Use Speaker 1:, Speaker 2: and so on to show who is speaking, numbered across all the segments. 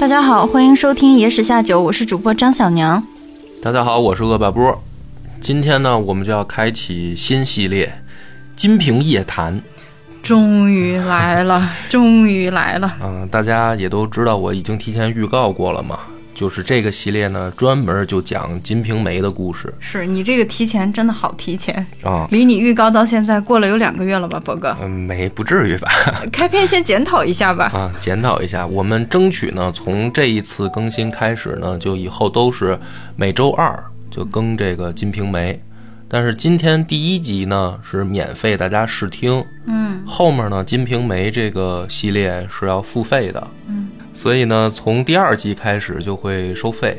Speaker 1: 大家好，欢迎收听《野史下酒》，我是主播张小娘。
Speaker 2: 大家好，我是恶霸波。今天呢，我们就要开启新系列《金瓶夜谈》。
Speaker 3: 终于来 了，终于来了！
Speaker 2: 嗯、大家也都知道，我已经提前预告过了嘛。就是这个系列呢，专门就讲《金瓶梅》的故事
Speaker 3: 是你这个提前真的好提前，
Speaker 2: 啊。
Speaker 3: 离你预告到现在过了有两个月了吧，博哥？
Speaker 2: 嗯，没不至于吧？
Speaker 3: 开篇先检讨一下吧。
Speaker 2: 啊，检讨一下，我们争取呢，从这一次更新开始呢，就以后都是每周二就更这个《金瓶梅》。但是今天第一集呢是免费，大家试听。
Speaker 3: 嗯，
Speaker 2: 后面呢，《金瓶梅》这个系列是要付费的，嗯，所以呢，从第二集开始就会收费。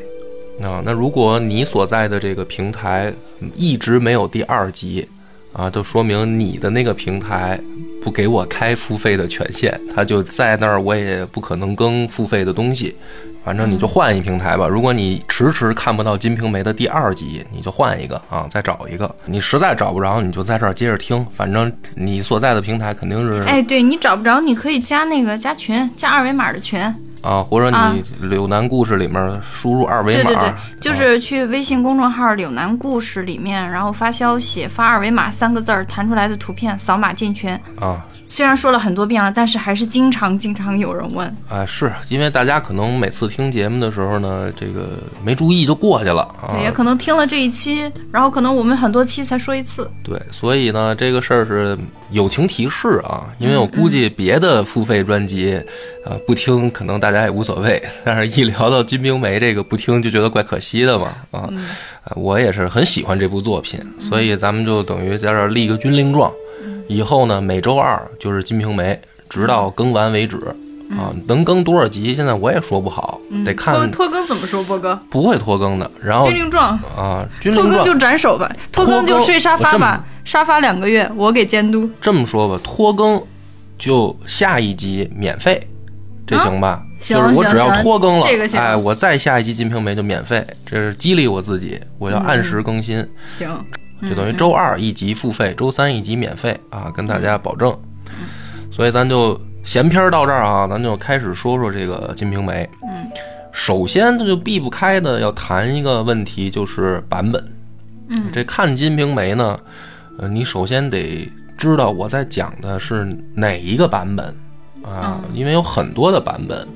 Speaker 2: 啊，那如果你所在的这个平台嗯一直没有第二集，啊，就说明你的那个平台不给我开付费的权限，它就在那儿，我也不可能更付费的东西。反正你
Speaker 3: 嗯
Speaker 2: 就换一平台吧。如果你迟迟看不到《金瓶梅》的第二集，你就换一个啊，再找一个。你实在找不着，你就在这儿接着听。反正你所在的平台肯定是、
Speaker 3: 哎，对你找不着，你可以加那个加群，加二维码的群。
Speaker 2: 啊，或者
Speaker 3: 啊
Speaker 2: 你柳南故事里面输入二维
Speaker 3: 对
Speaker 2: 码，嗯
Speaker 3: 对对，就是去微信公众号“柳南故事”里面，然后发消息，发二维码三个字儿弹出来的图片，扫码进群。
Speaker 2: 啊
Speaker 3: 虽然说了很多遍了，但是还是经常经常有人问。
Speaker 2: 啊，是因为大家可能每次听节目的时候呢，这个没注意就过去了啊
Speaker 3: 对，。也可能听了这一期，然后可能我们很多期才说一次。
Speaker 2: 对，所以呢，这个事儿是友情提示啊，因为
Speaker 3: 嗯
Speaker 2: 我估计别的付费专辑，呃，不听可能大家也无所谓，但是一聊到《金瓶梅》这个不听就觉得怪可惜的嘛啊、
Speaker 3: 嗯
Speaker 2: 呃我也是很喜欢这部作品，所以咱们就等于在这儿立个军令状，
Speaker 3: 嗯
Speaker 2: 以后呢每周二就是《金瓶梅》，直到更完为止啊，能更多少集现在我也说不好，
Speaker 3: 拖
Speaker 2: 得看
Speaker 3: 拖嗯更怎么说，波哥？
Speaker 2: 不会拖更的，然后
Speaker 3: 军令状，
Speaker 2: 啊，军
Speaker 3: 拖
Speaker 2: 令
Speaker 3: 更
Speaker 2: 状
Speaker 3: 就斩首吧，
Speaker 2: 拖
Speaker 3: 拖
Speaker 2: 更
Speaker 3: 更就睡沙
Speaker 2: 我
Speaker 3: 发
Speaker 2: 这么
Speaker 3: 吧，沙发两个月，我给监督。
Speaker 2: 这么说吧，拖更就下一集免费，这行吧？
Speaker 3: 啊行
Speaker 2: 就是我只要
Speaker 3: 行行
Speaker 2: 拖更了，
Speaker 3: 这个行
Speaker 2: 哎，我再下一集《金瓶梅》就免费，这是激励我自己，我要按时更新，
Speaker 3: 行，
Speaker 2: 就等于周二一集付费，周三一集免费啊，跟大家保证。所以咱就闲篇儿到这儿啊，咱就开始说说这个《金瓶梅》。嗯，首先这就避不开的要谈一个问题，就是版本。嗯，这看《金瓶梅》呢，呃，你首先得知道我在讲的是哪一个版本啊，因为有很多的版本。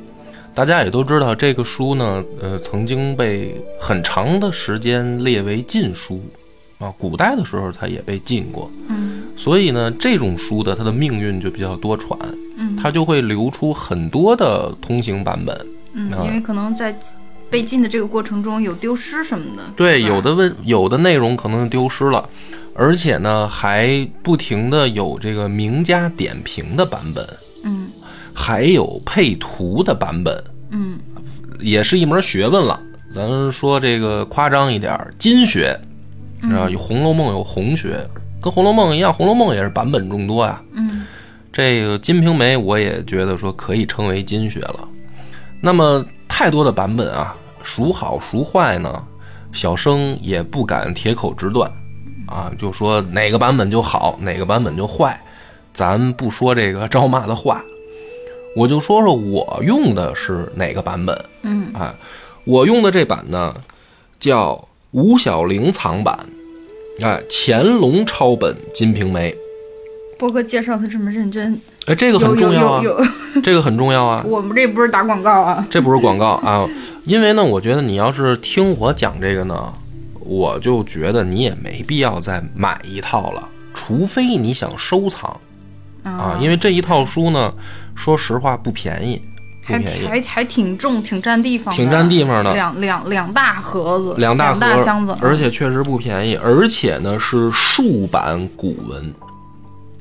Speaker 2: 大家也都知道，这个书呢，呃，曾经被很长的时间列为禁书啊，古代的时候它也被禁过。
Speaker 3: 嗯
Speaker 2: 所以呢，这种书的它的命运就比较多舛，
Speaker 3: 嗯
Speaker 2: 它就会流出很多的通行版本。
Speaker 3: 嗯
Speaker 2: 啊，
Speaker 3: 因为可能在被禁的这个过程中有丢失什么的。
Speaker 2: 对，
Speaker 3: 是吧
Speaker 2: 有的问有的内容可能丢失了，而且呢，还不停的有这个名家点评的版本，
Speaker 3: 嗯
Speaker 2: 还有配图的版本，
Speaker 3: 嗯
Speaker 2: 也是一门学问了。咱说这个夸张一点儿，金学，啊，有《红楼梦》有红学，跟《红楼梦》一样，《红楼梦》也是版本众多呀、
Speaker 3: 嗯
Speaker 2: 这个《金瓶梅》，我也觉得说可以称为金学了。那么太多的版本啊，孰好孰坏呢？小生也不敢铁口直断，啊，就说哪个版本就好，哪个版本就坏，咱不说这个招骂的话，我就说说我用的是哪个版本。
Speaker 3: 嗯，
Speaker 2: 啊，我用的这版呢叫吴小玲藏版，哎，乾隆抄本《金瓶梅》，
Speaker 3: 波哥介绍的这么认真，
Speaker 2: 哎，这
Speaker 3: 有
Speaker 2: 个很
Speaker 3: 有
Speaker 2: 重要啊。
Speaker 3: 有有，
Speaker 2: 这个很重要啊，
Speaker 3: 我们这不是打广告啊。
Speaker 2: 这不是广告啊，
Speaker 3: 嗯
Speaker 2: 因为呢，我觉得你要是听我讲这个呢，我就觉得你也没必要再买一套了，除非你想收藏啊，因为这一套书呢，说实话不便宜，不
Speaker 3: 还
Speaker 2: 便宜，
Speaker 3: 还还挺重，挺占地方的，
Speaker 2: 挺占地方的
Speaker 3: 两两两大盒子，
Speaker 2: 两
Speaker 3: 大
Speaker 2: 盒
Speaker 3: 箱子，嗯
Speaker 2: 而且确实不便宜，而且呢是竖版古文，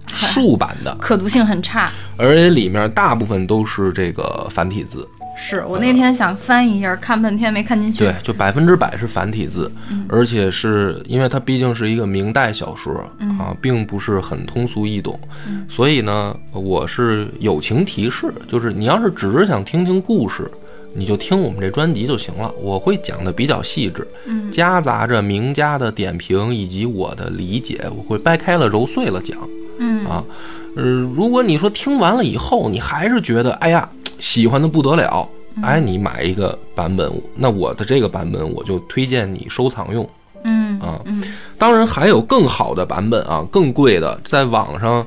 Speaker 2: 竖版 的，
Speaker 3: 可读性很差。
Speaker 2: 而且里面大部分都是这个繁体字，
Speaker 3: 是我那天想翻一页，看半天没看进去。
Speaker 2: 对，就百分之百是繁体字，而且是因为它毕竟是一个明代小说、啊，并不是很通俗易懂，所以呢，我是友情提示，就是你要是只是想听听故事，你就听我们这专辑就行了，我会讲的比较细致，夹杂着名家的点评以及我的理解，我会掰开了揉碎了讲。
Speaker 3: 嗯
Speaker 2: 啊，呃，如果你说听完了以后，你还是觉得哎呀，喜欢的不得了，哎，你买一个版本，那我的这个版本我就推荐你收藏用。
Speaker 4: 嗯
Speaker 2: 啊
Speaker 4: 嗯
Speaker 2: 当然还有更好的版本啊，更贵的，在网上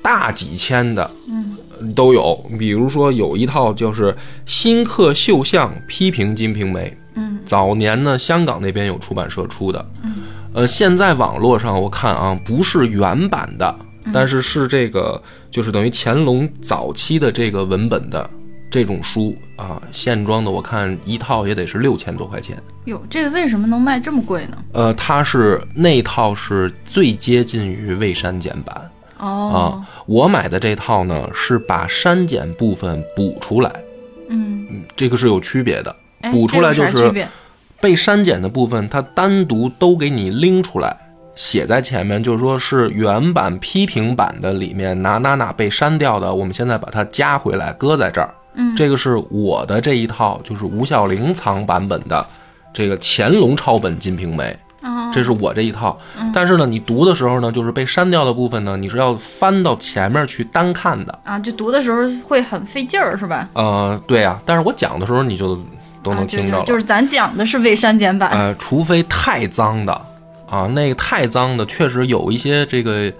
Speaker 2: 大几千的
Speaker 4: 嗯
Speaker 2: 都有。比如说有一套就是《新客绣像批评金瓶梅》，
Speaker 4: 嗯，
Speaker 2: 早年呢香港那边有出版社出的，呃，现在网络上我看啊，不是原版的，
Speaker 4: 嗯
Speaker 2: 但是是这个就是等于乾隆早期的这个文本的。这种书啊，现装的我看一套也得是六千多块钱，
Speaker 4: 哟，这个为什么能卖这么贵呢？
Speaker 2: 呃，它是那套是最接近于未删减版
Speaker 4: 哦
Speaker 2: 啊，。我买的这套呢是把删减部分补出来，
Speaker 4: 嗯，
Speaker 2: 嗯这个是有区别的。
Speaker 4: 哎
Speaker 2: 补出来就
Speaker 4: 这有啥区
Speaker 2: 是
Speaker 4: 别
Speaker 2: 被删减的部分，它单独都给你拎出来写在前面，就是说是原版批评版的里面哪哪哪被删掉的，我们现在把它加回来搁在这儿。
Speaker 4: 嗯
Speaker 2: 这个是我的这一套，就是吴孝龄藏版本的这个乾隆抄本《金瓶梅》。
Speaker 4: 哦嗯
Speaker 2: 这是我这一套。但是呢，你读的时候呢，就是被删掉的部分呢，你是要翻到前面去单看的。
Speaker 4: 啊，就读的时候会很费劲儿，是吧？
Speaker 2: 呃，对啊，但是我讲的时候你就都能
Speaker 4: 啊就
Speaker 2: 听
Speaker 4: 是
Speaker 2: 着了。
Speaker 4: 就是咱讲的是未删减版，
Speaker 2: 呃，除非太脏的啊，那个太脏的确实有一些这个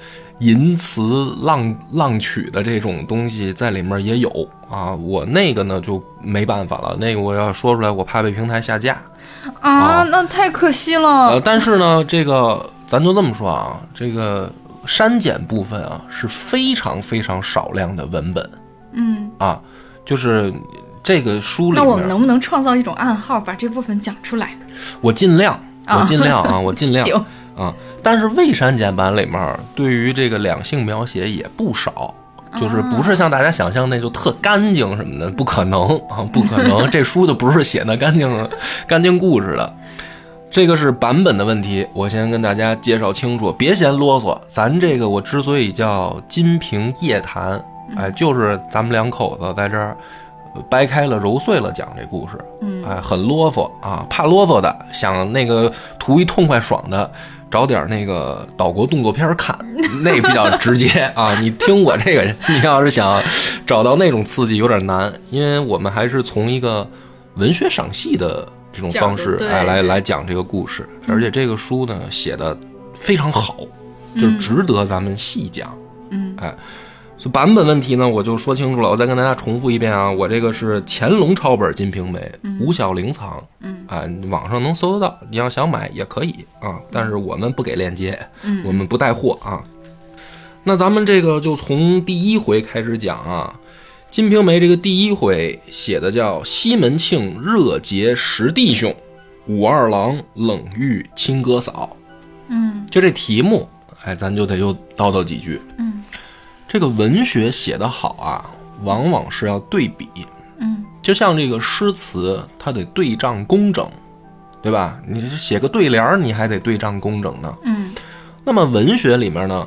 Speaker 2: 淫词浪浪曲的这种东西在里面也有啊。我那个呢就没办法了，那个我要说出来，我怕被平台下架。
Speaker 4: 啊
Speaker 2: 啊，
Speaker 4: 那太可惜
Speaker 2: 呃，
Speaker 4: 了。
Speaker 2: 但是呢，这个咱就这么说啊，这个删减部分啊是非常非常少量的文本
Speaker 4: 嗯，
Speaker 2: 啊，就是这个书里
Speaker 4: 那我们
Speaker 2: 面，
Speaker 4: 能不能创造一种暗号，把这部分讲出来？
Speaker 2: 我尽量，我
Speaker 4: 啊
Speaker 2: 尽 量啊，我尽量
Speaker 4: 行，
Speaker 2: 啊。但是未删减版里面对于这个两性描写也不少。就是不是像大家想象那就特干净什么的，不可能啊，不可 能！这书就不是写那干净干净故事的，这个是版本的问题，我先跟大家介绍清楚，别嫌啰嗦。咱这个我之所以叫《金瓶夜谈》，哎，
Speaker 4: 嗯
Speaker 2: 就是咱们两口子在这儿呃掰开了揉碎了讲这故事，
Speaker 4: 嗯
Speaker 2: 哎，很啰嗦啊，怕啰嗦的，想那个图一痛快爽的。找点那个岛国动作片儿 看，那比较直接啊！你听我这个，你要是想找到那种刺激，有点难，因为我们还是从一个文学赏析的这种方
Speaker 4: 角
Speaker 2: 式
Speaker 4: 度对
Speaker 2: 哎来来讲这个故事，而且这个书呢写的非常好，就是值得咱们细讲。
Speaker 4: 嗯，
Speaker 2: 哎，所以版本问题呢，我就说清楚了，我再跟大家重复一遍啊，我这个是乾隆抄本《金瓶梅》，吴小龄藏，
Speaker 4: 嗯，
Speaker 2: 啊，网上能搜得到，你要想买也可以啊，但是我们不给链接，
Speaker 4: 嗯
Speaker 2: 我们不带货啊。那咱们这个就从第一回开始讲啊，《金瓶梅》这个第一回写的叫西门庆热结十弟兄，武二郎冷遇亲哥嫂。
Speaker 4: 嗯
Speaker 2: 就这题目，哎，咱就得又叨叨几句。
Speaker 4: 嗯
Speaker 2: 这个文学写得好啊，往往是要对比，
Speaker 4: 嗯
Speaker 2: 就像这个诗词，它得对仗工整，对吧？你是写个对联儿，你还得对仗工整呢。
Speaker 4: 嗯
Speaker 2: 那么文学里面呢，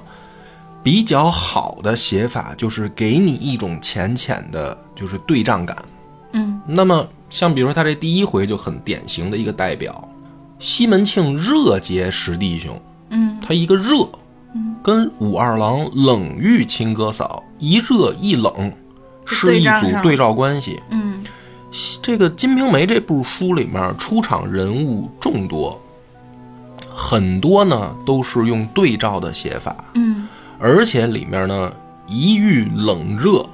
Speaker 2: 比较好的写法就是给你一种浅浅的，就是对仗感。
Speaker 4: 嗯
Speaker 2: 那么像比如说他这第一回就很典型的一个代表，西门庆热结十弟兄，
Speaker 4: 嗯
Speaker 2: 他一个热，跟武二郎冷遇亲哥嫂，一热一冷，是
Speaker 4: 对
Speaker 2: 一
Speaker 4: 仗
Speaker 2: 组
Speaker 4: 上
Speaker 2: 对照关系。
Speaker 4: 嗯
Speaker 2: 这个《金瓶梅》这部书里面出场人物众多，很多呢都是用对照的写法，
Speaker 4: 嗯
Speaker 2: 而且里面呢一遇冷热，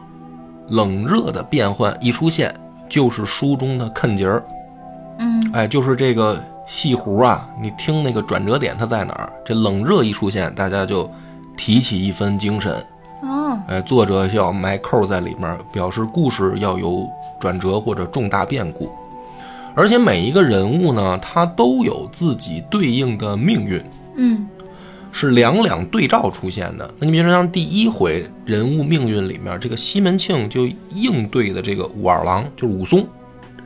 Speaker 2: 冷热的变换一出现，就是书中的坑节儿，
Speaker 4: 嗯
Speaker 2: 哎，就是这个戏弧啊，你听那个转折点它在哪儿？这冷热一出现，大家就提起一分精神，
Speaker 4: 哦
Speaker 2: 哎，作者需要埋扣在里面，表示故事要有转折或者重大变故。而且每一个人物呢，他都有自己对应的命运，
Speaker 4: 嗯
Speaker 2: 是两两对照出现的。那你比如说像第一回人物命运里面，这个西门庆就应对的这个武二郎，就是武松，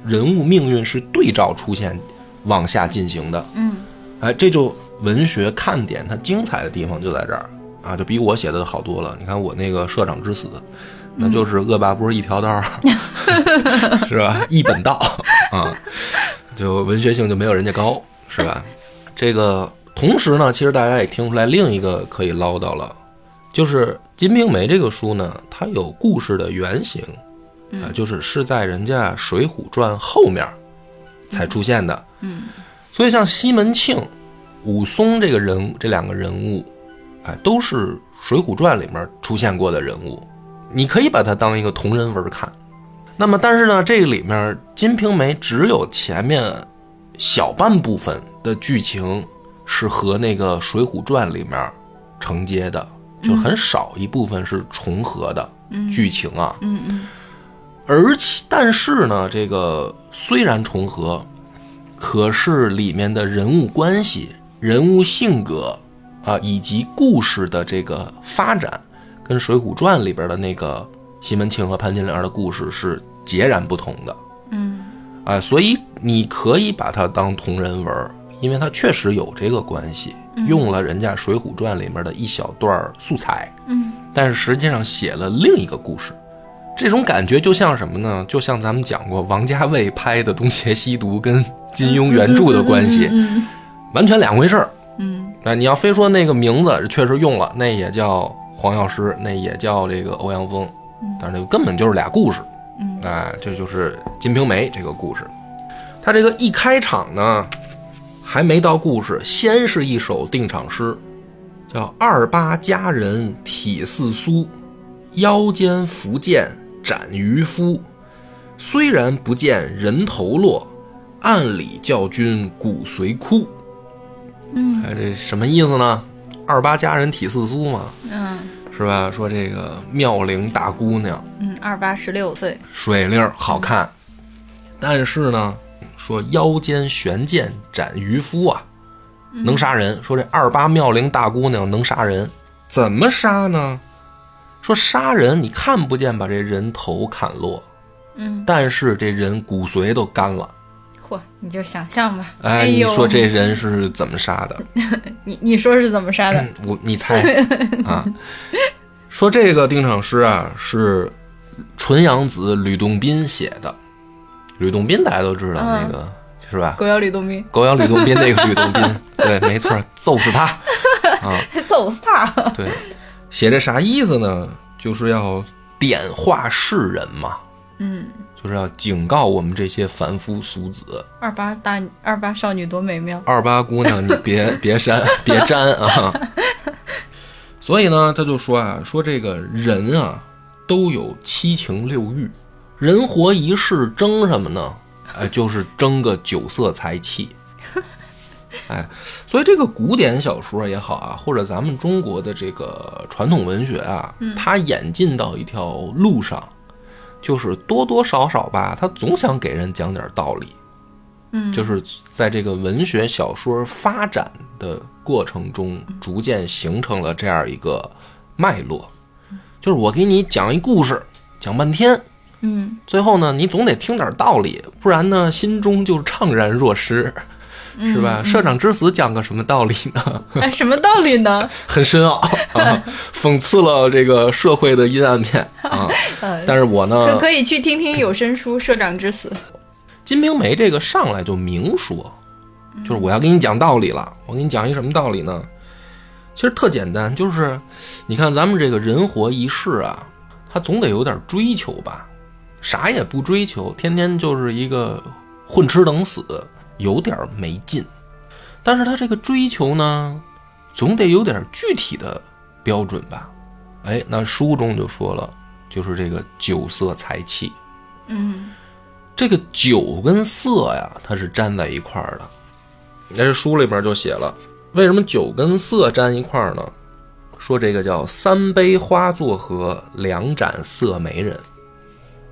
Speaker 2: 人物命运是对照出现，往下进行的。
Speaker 4: 嗯
Speaker 2: 哎，这就文学看点它精彩的地方就在这儿啊，就比我写的好多了。你看我那个社长之死，那就是恶霸波一条道儿， 是吧？一本道啊，就文学性就没有人家高，是吧？这个同时呢，其实大家也听出来另一个可以唠叨了，就是《金瓶梅》这个书呢，它有故事的原型，呃，就是是在人家《水浒传》后面才出现的。
Speaker 4: 嗯，
Speaker 2: 所以像西门庆、武松这个人这两个人物，哎、都是《水浒传》里面出现过的人物，你可以把它当一个同人文看。那么，但是呢，这个里面《金瓶梅》只有前面小半部分的剧情是和那个《水浒传》里面承接的，就很少一部分是重合的剧情啊。
Speaker 4: 嗯嗯
Speaker 2: 而且，但是呢，这个虽然重合，可是里面的人物关系、人物性格啊，以及故事的这个发展，跟《水浒传》里边的那个西门庆和潘金莲的故事是截然不同的。
Speaker 4: 嗯
Speaker 2: 哎，所以你可以把它当同人文儿，因为它确实有这个关系，用了人家《水浒传》里面的一小段儿素材，
Speaker 4: 嗯，
Speaker 2: 但是实际上写了另一个故事。这种感觉就像什么呢？就像咱们讲过，王家卫拍的《东邪西毒》跟金庸原著的关系，
Speaker 4: 嗯
Speaker 2: 完全两回事儿。
Speaker 4: 嗯
Speaker 2: 那你要非说那个名字确实用了，那也叫黄药师，那也叫这个欧阳锋，但是根本就是俩故事。
Speaker 4: 嗯，
Speaker 2: 哎，这就是《金瓶梅》这个故事。它这个一开场呢，还没到故事，先是一首定场诗，叫“二八佳人体似酥，腰间拂剑斩渔夫。虽然不见人头落，暗里教君骨髓枯。”嗯，哎，这什么意思呢？二八佳人体似酥嘛，
Speaker 4: 嗯
Speaker 2: 是吧？说这个妙龄大姑娘。
Speaker 4: 嗯，二八十六岁，
Speaker 2: 水灵儿好看，但是呢，说腰间悬剑斩渔夫啊，
Speaker 4: 嗯
Speaker 2: 能杀人。说这二八妙龄大姑娘能杀人，怎么杀呢？说杀人你看不见把这人头砍落，
Speaker 4: 嗯，
Speaker 2: 但是这人骨髓都干了。
Speaker 4: 嚯，你就想象吧，
Speaker 2: 哎，
Speaker 4: 哎
Speaker 2: 你
Speaker 4: 呦，
Speaker 2: 说这人是怎么杀的？
Speaker 4: 你你说是怎么杀的？
Speaker 2: 嗯我你猜啊？说这个定场诗啊是纯阳子吕洞宾写的，吕洞宾大家都知道那个、是吧？
Speaker 4: 狗咬吕洞宾，
Speaker 2: 狗咬吕洞宾那个吕洞宾，对，没错，揍死他。
Speaker 4: 揍死他！
Speaker 2: 对，写这啥意思呢？就是要点化世人嘛，
Speaker 4: 嗯，
Speaker 2: 就是要警告我们这些凡夫俗子。
Speaker 4: 二八大二八少女多美妙。
Speaker 2: 二八姑娘，你别别删，别粘啊！所以呢，他就说啊，说这个人啊，都有七情六欲，人活一世争什么呢？哎，就是争个酒色财气。哎，所以这个古典小说也好啊，或者咱们中国的这个传统文学啊，它演进到一条路上，就是多多少少吧，它总想给人讲点道理。
Speaker 4: 嗯
Speaker 2: 就是在这个文学小说发展的过程中，逐渐形成了这样一个脉络。就是我给你讲一故事，讲半天，
Speaker 4: 嗯
Speaker 2: 最后呢，你总得听点道理，不然呢，心中就怅然若失，是吧？社长之死讲个什么道理呢？
Speaker 4: 哎，什么道理呢？
Speaker 2: 很深奥啊，讽刺了这个社会的阴暗面啊。
Speaker 4: 呃，
Speaker 2: 但是我
Speaker 4: 可
Speaker 2: 呢，《
Speaker 4: 可以去听听有声书《社长之死》。
Speaker 2: 金瓶梅》这个上来就明说，就是我要给你讲道理了。我给你讲一什么道理呢？其实特简单，就是你看咱们这个人活一世啊，他总得有点追求吧，啥也不追求，天天就是一个混吃等死，有点没劲。但是他这个追求呢，总得有点具体的标准吧。哎，那书中就说了，就是这个酒色财气。
Speaker 4: 嗯
Speaker 2: 这个酒跟色呀，它是粘在一块儿的。那这书里边就写了，为什么酒跟色粘一块儿呢？说这个叫三杯花作和，两盏色媒人。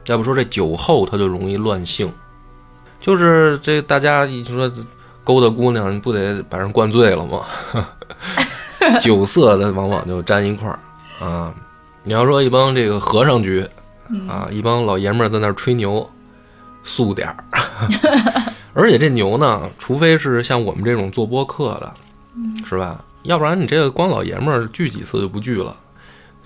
Speaker 2: 要不说这酒后他就容易乱性，就是这大家一说勾搭姑娘，不得把人灌醉了吗？酒色的往往就粘一块儿啊。你要说一帮这个和尚局啊，一帮老爷们儿在那儿吹牛，素点儿。 而且这牛呢，除非是像我们这种做播客的，是吧？要不然你这个光老爷们儿聚几次就不聚了。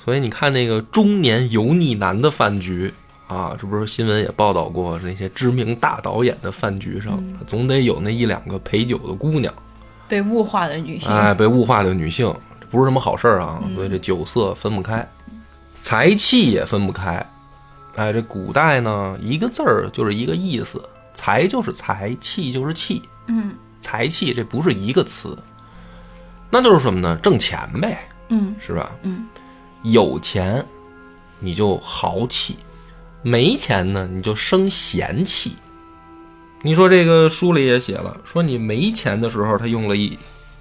Speaker 2: 所以你看那个中年油腻男的饭局啊，这不是新闻也报道过，那些知名大导演的饭局上，总得有那一两个陪酒的姑娘，
Speaker 4: 被物化的女性。
Speaker 2: 哎，被物化的女性，这不是什么好事儿啊。所以这酒色分不开，财气也分不开。哎，这古代呢，一个字儿就是一个意思，财就是财，气就是气，
Speaker 4: 嗯
Speaker 2: 财气这不是一个词，那就是什么呢？挣钱呗，
Speaker 4: 嗯
Speaker 2: 是吧？
Speaker 4: 嗯，
Speaker 2: 有钱你就豪气，没钱呢你就生闲气。你说这个书里也写了，说你没钱的时候，他用了一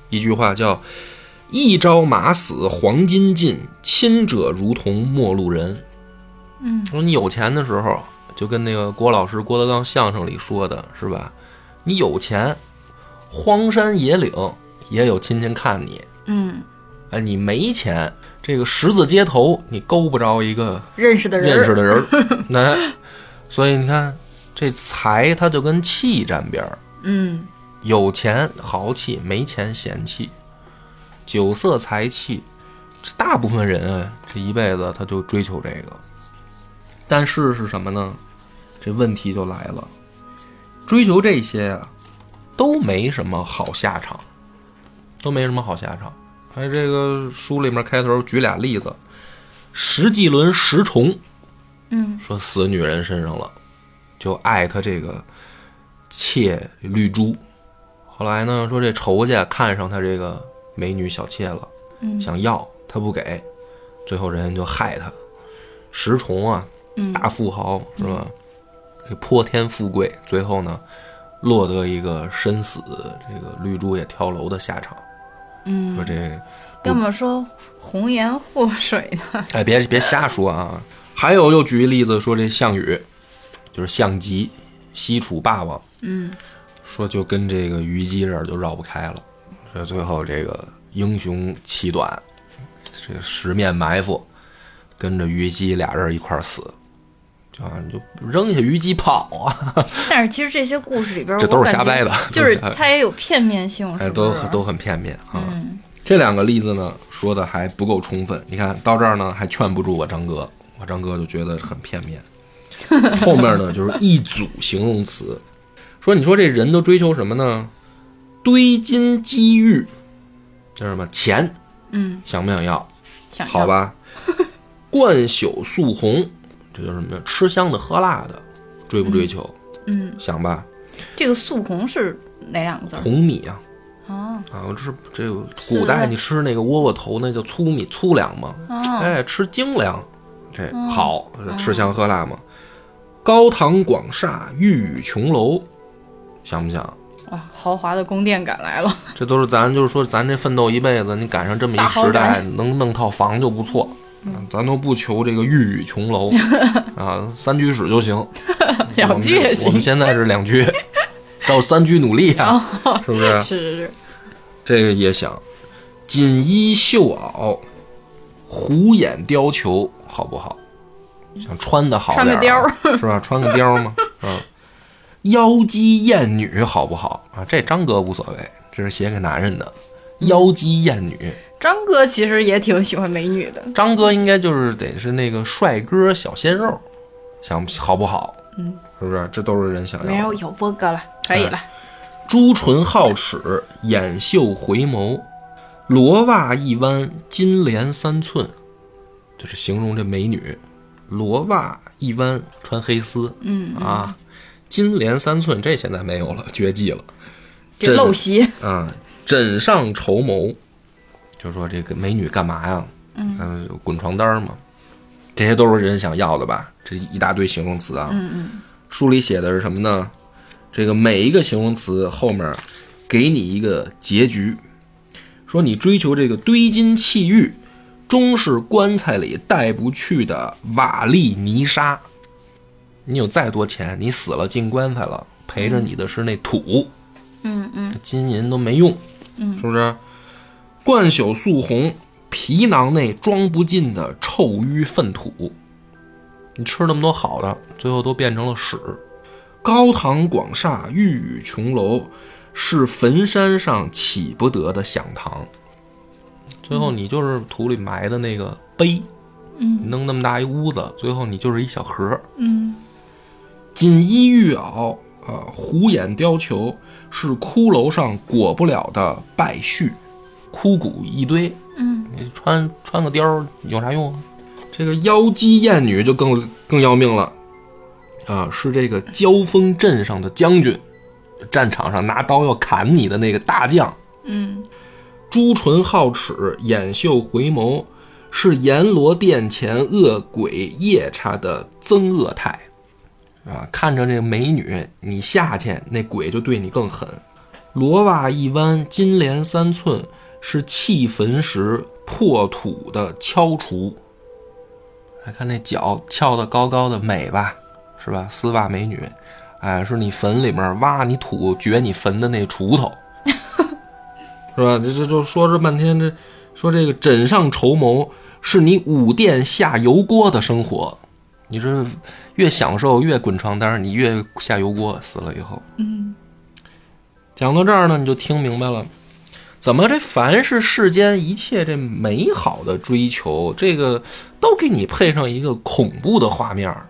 Speaker 2: 一句话叫“一朝马死黄金尽，亲者如同陌路人”。
Speaker 4: 嗯，
Speaker 2: 说你有钱的时候，就跟那个郭老师郭德纲相声里说的是吧？你有钱，荒山野岭也有亲戚看你，
Speaker 4: 嗯，
Speaker 2: 哎，你没钱，这个十字街头你勾不着一个
Speaker 3: 认识的人，
Speaker 2: 认识的人儿，那所以你看，这财它就跟气沾边儿，
Speaker 3: 嗯，
Speaker 2: 有钱豪气，没钱嫌弃，酒色财气，这大部分人啊，这一辈子他就追求这个。但是是什么呢？这问题就来了，追求这些啊，都没什么好下场，都没什么好下场。哎，这个书里面开头举俩例子，石纪伦石崇，
Speaker 4: 嗯，
Speaker 2: 说死女人身上了，就艾特这个妾绿珠。后来呢，说这仇家看上他这个美女小妾了，
Speaker 4: 嗯
Speaker 2: 想要他不给，最后人就害他。石崇啊，
Speaker 4: 嗯
Speaker 2: 大富豪是吧？这泼天富贵，最后呢，落得一个身死，这个绿珠也跳楼的下场。
Speaker 4: 嗯，
Speaker 2: 说这
Speaker 4: 要么说红颜祸水呢？
Speaker 2: 哎，别别瞎说啊！还有又举一例子，说这项羽，就是项籍，西楚霸王，
Speaker 4: 嗯，
Speaker 2: 说就跟这个虞姬这儿就绕不开了，所以最后这个英雄气短，这个十面埋伏，跟着虞姬俩人一块儿死，就啊你就扔下虞姬跑啊，
Speaker 4: 但是其实这些故事里边，
Speaker 2: 这都是瞎掰的
Speaker 4: 啊我感觉就 是
Speaker 2: 都是瞎掰
Speaker 4: 它也有片面性，哦是
Speaker 2: 哎，
Speaker 4: 不
Speaker 2: 都
Speaker 4: 是？嗯
Speaker 2: 都很片面啊。这两个例子呢，说的还不够充分。你看到这儿呢，还劝不住我张哥，我张哥就觉得很片面。后面呢，就是一组形容词，说你说这人都追求什么呢？堆金积玉，叫什么钱？
Speaker 4: 嗯，
Speaker 2: 想不想要？
Speaker 4: 想要
Speaker 2: 好，吧， 冠朽素红，这就是什么呀？吃香的喝辣的，追不追求？
Speaker 4: 嗯，
Speaker 2: 想吧，
Speaker 4: 这个素红是哪两个字儿？
Speaker 2: 红米啊，
Speaker 4: 哦
Speaker 2: 啊，我这这个
Speaker 4: 是
Speaker 2: 古代
Speaker 4: 吧
Speaker 2: 你吃那个窝窝头，那叫粗米粗粮嘛，
Speaker 4: 哦，
Speaker 2: 哎，吃精粮，这好，吃香喝辣嘛。高堂广厦，玉宇琼楼，想不想？
Speaker 4: 哇，豪华的宫殿感来了。
Speaker 2: 这都是咱就是说，咱这奋斗一辈子，你赶上这么
Speaker 4: 大
Speaker 2: 一
Speaker 4: 豪
Speaker 2: 时代
Speaker 4: 宅，嗯
Speaker 2: 能弄套房就不错。啊咱都不求这个玉宇 琼楼啊，三居室就行，
Speaker 4: 两
Speaker 2: 我们
Speaker 4: 居
Speaker 2: 这
Speaker 4: 也行
Speaker 2: 我们现在是两 居，照三居努力啊，
Speaker 4: 哦
Speaker 2: 是不是？
Speaker 3: 是是是，
Speaker 2: 这个也想，锦衣绣袄，虎眼貂裘，好不好？想穿的好点
Speaker 4: 穿个貂
Speaker 2: 儿啊 是吧？穿个貂儿嘛，嗯，妖姬艳女好不好啊？这张哥无所谓，这是写给男人的。妖姬艳女，
Speaker 3: 张哥其实也挺喜欢美女的，
Speaker 2: 张哥应该就是得是那个帅哥小鲜肉，想好不好？
Speaker 3: 嗯，
Speaker 2: 是不是？这都是人想要的。
Speaker 3: 没有有波哥了，可以了，
Speaker 2: 哎朱唇皓齿，眼秀回眸，罗袜一弯，金莲三寸，就是形容这美女。罗袜一弯，穿黑丝，嗯啊，金莲三寸，这现在没有了，绝迹了。
Speaker 3: 这
Speaker 2: 真
Speaker 3: 陋习，
Speaker 2: 啊，枕上绸缪，就说这个美女干嘛呀？嗯，滚床单儿嘛，这些都是人想要的吧？这一大堆形容词啊。嗯嗯。书里写的是什么呢？这个每一个形容词后面给你一个结局，说你追求这个堆金砌玉，终是棺材里带不去的瓦砾泥沙。你有再多钱，你死了进棺材了，陪着你的是那土。
Speaker 4: 嗯嗯
Speaker 2: 金银都没用，嗯，是不是？冠朽素红，皮囊内装不进的臭淤粪土，你吃那么多好的，最后都变成了屎。高堂广厦，玉宇琼楼，是坟山上起不得的响堂。最后你就是土里埋的那个碑，嗯，弄那么大一屋子，最后你就是一小盒儿，
Speaker 4: 嗯
Speaker 2: 锦衣玉袄，呃，虎眼貂裘是骷髅上裹不了的败絮，枯骨一堆，
Speaker 4: 嗯
Speaker 2: 你穿穿个貂儿有啥用啊？这个妖姬艳女就更更要命了，啊，是这个交锋阵上的将军，战场上拿刀要砍你的那个大将。
Speaker 4: 嗯，
Speaker 2: 朱唇皓齿，眼秀回眸，是阎罗殿前恶鬼夜叉的憎恶态，啊，看着这美女，你下去，那鬼就对你更狠。罗袜一弯，金莲三寸，是砌坟时破土的敲锄。还看那脚翘得高高的，美吧，是吧？丝袜美女，哎，是你坟里面挖你土、掘你坟的那锄头。是吧？这这就说这半天，这说这个枕上筹谋是你五殿下油锅的生活，你这越享受越滚床单，你越下油锅，死了以后。嗯。讲到这儿呢，你就听明白了，怎么这凡是世间一切这美好的追求，这个都给你配上一个恐怖的画面儿。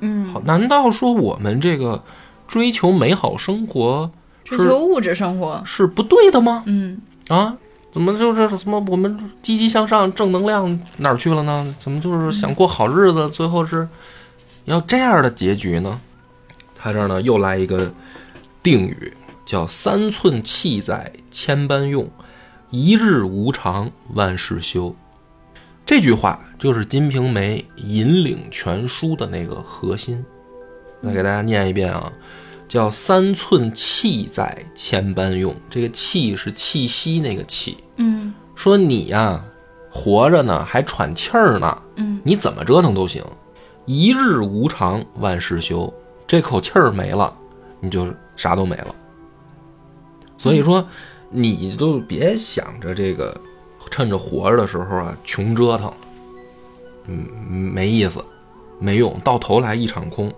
Speaker 3: 嗯，
Speaker 2: 好，难道说我们这个追求美好生活
Speaker 3: 追求
Speaker 2: 是
Speaker 3: 物质生活，
Speaker 2: 是不对的吗？
Speaker 3: 嗯，
Speaker 2: 啊，怎么就是什么我们积极向上、正能量哪儿去了呢？怎么就是想过好日子，最后是要这样的结局呢？他这儿呢又来一个定语，叫“三寸气在千般用，一日无常万事休”。这句话就是《金瓶梅》引领全书的那个核心。再给大家念一遍啊，叫“三寸气在千般用”，这个“气”是气息那个“气”。
Speaker 4: 嗯
Speaker 2: 说你呀、活着呢，还喘气儿呢，
Speaker 4: 嗯，
Speaker 2: 你怎么折腾都行。一日无常，万事休，这口气儿没了，你就啥都没了。所以说，你就别想着这个，趁着活着的时候啊，穷折腾，嗯，没意思，没用，到头来一场空。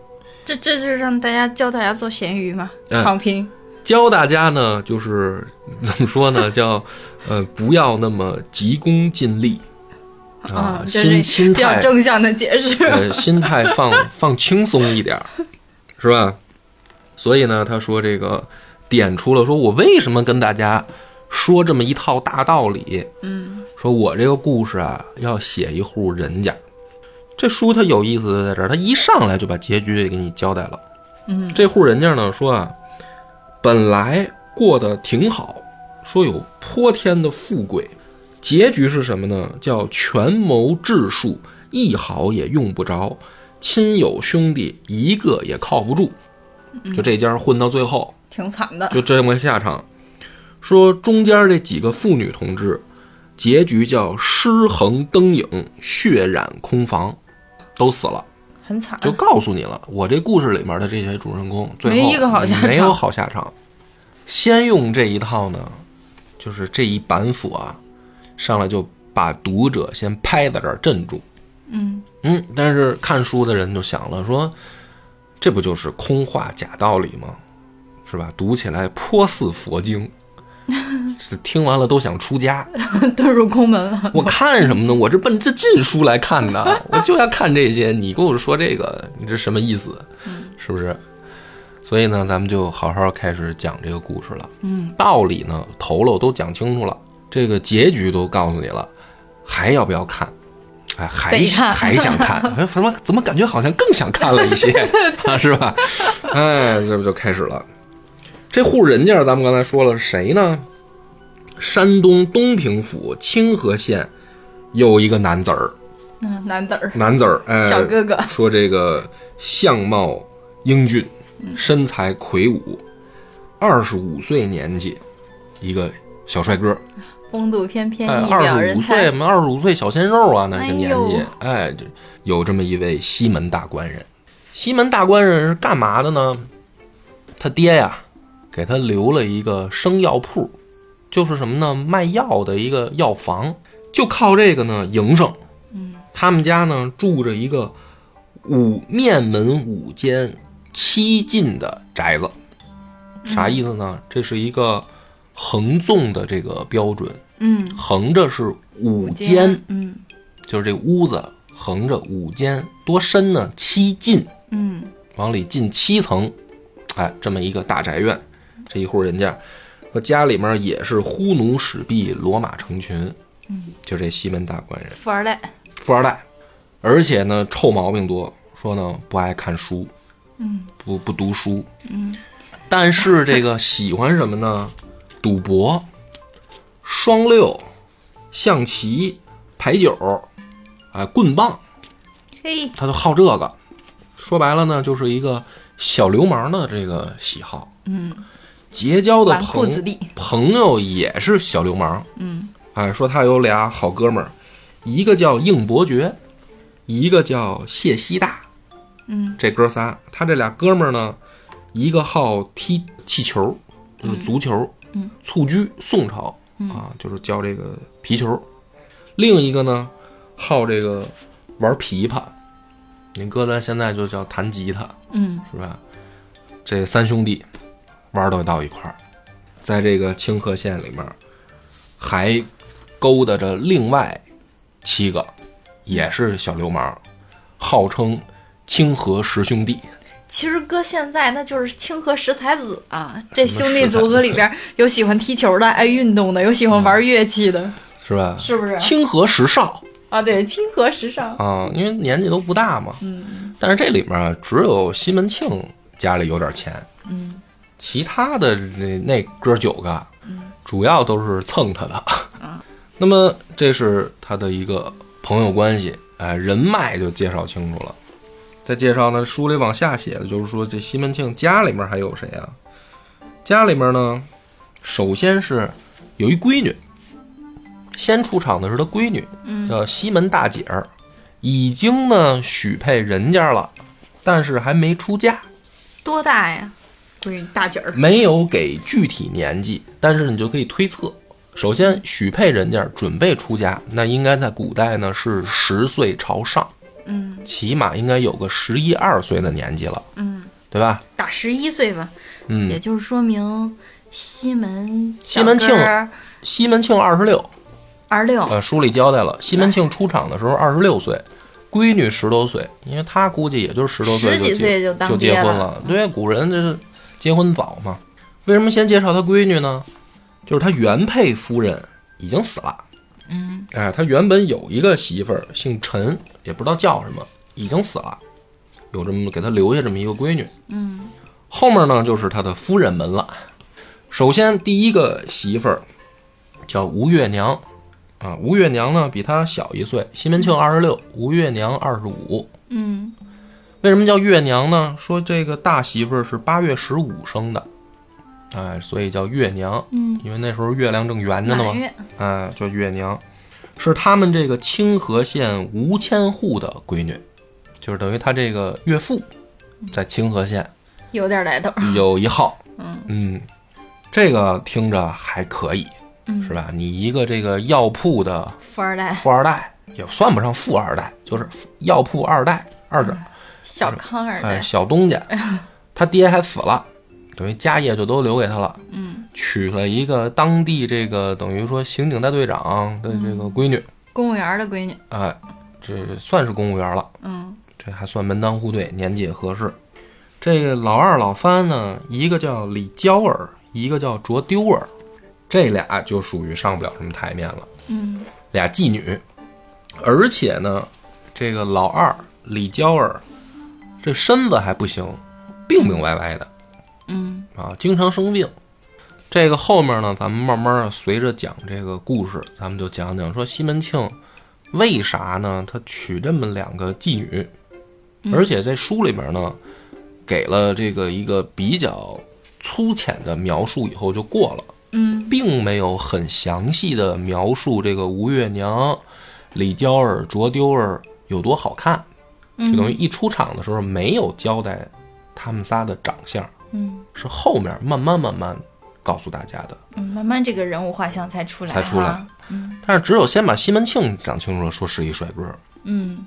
Speaker 4: 这这就是让大家教大家做咸鱼嘛，
Speaker 2: 嗯
Speaker 4: 躺平。
Speaker 2: 教大家呢，就是怎么说呢，叫呃，不要那么急功近利啊，
Speaker 3: 嗯这
Speaker 2: 心
Speaker 3: 是
Speaker 2: 心
Speaker 3: 比较
Speaker 2: 态
Speaker 3: 正向的解释。
Speaker 2: 呃，心态放 放轻松一点儿，是吧？所以呢，他说这个点出了，说我为什么跟大家说这么一套大道理？
Speaker 4: 嗯
Speaker 2: 说我这个故事啊，要写一户人家。这书它有意思在这儿，它一上来就把结局给你交代了。
Speaker 4: 嗯
Speaker 2: 这户人家呢说啊，本来过得挺好，说有泼天的富贵，结局是什么呢？叫权谋智术一毫也用不着，亲友兄弟一个也靠不住，就这家混到最后，
Speaker 3: 挺惨的，
Speaker 2: 就这么个下场。说中间这几个妇女同志，结局叫尸横灯影，血染空房，都死了。
Speaker 3: 很惨。
Speaker 2: 就告诉你了，我这故事里面的这些主人公，最后
Speaker 3: 没一个好下场
Speaker 2: 没有好下场。先用这一套呢，就是这一板斧啊，上来就把读者先拍在这儿镇住。
Speaker 4: 嗯
Speaker 2: 嗯，但是看书的人就想了说，这不就是空话假道理吗？是吧？读起来颇似 佛经，是听完了都想出家。
Speaker 3: 遁入空门了。
Speaker 2: 我看什么呢？我这奔着禁书来看的，我就要看这些。你跟我说这个，你这什么意思？是不是？所以呢，咱们就好好开始讲这个故事了。
Speaker 4: 嗯，
Speaker 2: 道理呢，头喽都讲清楚了，这个结局都告诉你了，还要不要看？哎，还
Speaker 3: 得看
Speaker 2: 还想看？哎，怎么怎么感觉好像更想看了 一些，啊，是吧？哎，这不就开始了。这户人家，咱们刚才说了是谁呢？山东东平府清河县有一个男子儿，
Speaker 3: 嗯，男子儿，
Speaker 2: 男子儿，哎，
Speaker 3: 小哥哥
Speaker 2: 说这个相貌英俊，身材魁梧，二十五岁年纪，一个小帅哥，
Speaker 3: 风度翩翩
Speaker 2: 哎，，
Speaker 3: 一
Speaker 2: 二
Speaker 3: 表
Speaker 2: 十
Speaker 3: 人
Speaker 2: 五岁
Speaker 3: 才。
Speaker 2: 嘛，二十五岁小鲜肉啊，那个年纪
Speaker 3: 哎呦，
Speaker 2: 哎，这有这么一位西门大官人。西门大官人是干嘛的呢？他爹呀，给他留了一个生药铺，就是什么呢？卖药的一个药房，就靠这个呢营生。嗯，他们家呢住着一个五面门五间七进的宅子，啥
Speaker 3: 嗯
Speaker 2: 意思呢？这是一个横纵的这个标准，
Speaker 4: 嗯
Speaker 2: 横着是五间，
Speaker 4: 间嗯
Speaker 2: 就是这屋子横着五间，多深呢？七进，
Speaker 4: 嗯
Speaker 2: 往里进七层，哎，这么一个大宅院，这一户人家，说家里面也是呼奴嗯使婢，骡马成群，就这西门大官人，
Speaker 4: 富二代
Speaker 2: 富二代，而且呢臭毛病多，说呢不爱看书，嗯，不不读书，嗯，但是这个喜欢什么呢？赌博、双溜、象棋、牌九，哎，棍棒，
Speaker 4: 嘿，
Speaker 2: 他就好这个。说白了呢，就是一个小流氓的这个喜好。嗯，结交的
Speaker 3: 纨绔子
Speaker 2: 朋
Speaker 3: 弟
Speaker 2: 朋友也是小流氓。嗯，哎，说他有俩好哥们儿，一个叫应伯爵，一个叫谢希大。嗯，这哥仨，他这俩哥们儿呢，一个好踢气球，就是足球，嗯，蹴鞠，宋朝、啊，就是教这个皮球；另一个呢，好这个玩琵琶。你哥咱现在就叫弹吉他，
Speaker 3: 嗯，
Speaker 2: 是吧？这三兄弟玩到到一块儿，在这个清河县里面还勾搭着另外七个，也是小流氓，号称清河十兄弟。
Speaker 3: 其实搁现在那就是清河十才子啊，这
Speaker 2: 什么
Speaker 3: 兄弟组合里边儿有喜欢踢球的，爱运动的，有喜
Speaker 2: 啊
Speaker 3: 欢玩乐器的，
Speaker 2: 是吧？
Speaker 3: 是啊不是？
Speaker 2: 清河十少
Speaker 3: 啊，对，清河时尚，
Speaker 2: 啊，因为年纪都不大嘛。
Speaker 3: 嗯，
Speaker 2: 但是这里面啊只有西门庆家里有点钱，嗯，其他的那那哥九个，主要都是蹭他的。 那么这是他的一个朋友关系，哎，人脉就介绍清楚了。再介绍呢，书里往下写的就是说，这西门庆家里面还有谁啊？家里面呢，首先是有一闺女，先出场的是他闺女，叫西门大姐儿，已经呢许配人家了，但是还没出嫁，
Speaker 4: 多大呀？
Speaker 3: 闺女大姐儿，
Speaker 2: 没有给具体年纪，但是你就可以推测。首先，许配人家准备出家，那应该在古代呢是十岁朝上，
Speaker 4: 嗯，
Speaker 2: 起码应该有个十一二岁的年纪了，
Speaker 4: 嗯，
Speaker 2: 对吧？
Speaker 4: 打十一岁吧，也
Speaker 2: 嗯，
Speaker 4: 就是说明西门
Speaker 2: 西门庆
Speaker 4: 二
Speaker 2: 西门庆二十六，
Speaker 4: 十六，
Speaker 2: 呃，书里交代了，西门庆出场的时候二十六岁，闺女十多岁，因为他估计也就是十多岁
Speaker 4: 十
Speaker 2: 就
Speaker 4: 几
Speaker 2: 结
Speaker 4: 岁就当
Speaker 2: 就
Speaker 4: 爹
Speaker 2: 结婚
Speaker 4: 了，
Speaker 2: 了。对，古人就是结婚早嘛。为什么先介绍他闺女呢？就是他原配夫人已经死了。嗯，哎，他原本有一个媳妇儿，姓陈，也不知道叫什么，已经死了，有这么给他留下这么一个闺女。嗯，后面呢就是他的夫人们了。首先第一个媳妇儿叫吴月娘，啊，吴月娘呢比他小一岁，西门庆二十六，吴月娘二十五。
Speaker 4: 嗯，
Speaker 2: 为什么叫月娘呢？说这个大媳妇儿是八月十五生的，哎，所以叫月娘。
Speaker 4: 嗯，
Speaker 2: 因为那时候月亮正圆着呢嘛
Speaker 4: 满，月，
Speaker 2: 哎，叫月娘，是他们这个清河县吴千户的闺女，就是等于他这个岳父在清河县
Speaker 3: 有点来头，
Speaker 2: 有一号。嗯这个听着还可以，
Speaker 3: 嗯
Speaker 2: 是吧？你一个这个药铺的
Speaker 4: 富二代，
Speaker 2: 富二代，也算不上富二代，就是药铺二代二代。
Speaker 3: 小康二
Speaker 2: 哎，
Speaker 3: 代，
Speaker 2: 小东家，他爹还死了，等于家业就都留给他了。嗯，娶了一个当地这个等于说刑警大队长的这个闺女，
Speaker 3: 公务员的闺女，
Speaker 2: 哎，这算是公务员了，
Speaker 3: 嗯，
Speaker 2: 这还算门当户对，年纪也合适。这个老二老三呢，一个叫李娇儿，一个叫卓丢儿，这俩就属于上不了什么台面了。
Speaker 4: 嗯，
Speaker 2: 俩妓女，而且呢，这个老二李娇儿，这身子还不行，病病歪歪的，
Speaker 4: 嗯，
Speaker 2: 啊，经常生病。这个后面呢，咱们慢慢儿随着讲这个故事，咱们就讲讲说西门庆为啥呢？他娶这么两个妓女，而且在书里面呢，给了这个一个比较粗浅的描述，以后就过了。
Speaker 4: 嗯，
Speaker 2: 并没有很详细的描述这个吴月娘、李娇儿、卓丢儿有多好看，
Speaker 3: 嗯
Speaker 2: 就等于一出场的时候没有交代他们仨的长相，
Speaker 3: 嗯，
Speaker 2: 是后面慢慢慢慢告诉大家的
Speaker 3: 嗯慢慢这个人物画像才出来，
Speaker 2: 才出来
Speaker 3: 哈，。
Speaker 2: 但是只有先把西门庆讲清楚了，说是一帅哥。
Speaker 3: 嗯，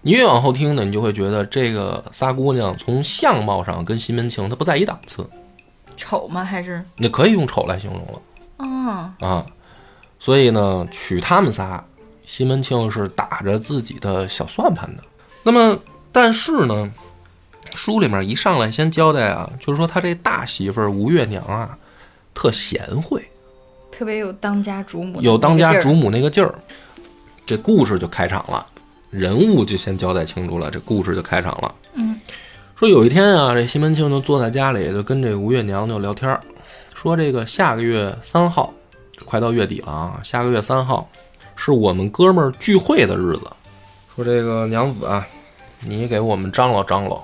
Speaker 2: 你越往后听呢，你就会觉得这个仨姑娘从相貌上跟西门庆她不在一档次，
Speaker 3: 丑吗？还是
Speaker 2: 你可以用丑来形容了。
Speaker 3: 哦，
Speaker 2: 啊，所以呢，娶他们仨，西门庆是打着自己的小算盘的。那么，但是呢，书里面一上来先交代啊，就是说他这大媳妇儿吴月娘啊，特贤惠，
Speaker 3: 特别有当家主母的那个劲儿，
Speaker 2: 有当家主母那个劲儿。这故事就开场了，人物就先交代清楚了，这故事就开场了。嗯，说有一天啊，这西门庆就坐在家里，就跟这吴月娘就聊天儿，说这个下个月三号，快到月底了啊，下个月三号是我们哥们儿聚会的日子。说这个娘子啊，你给我们张罗张罗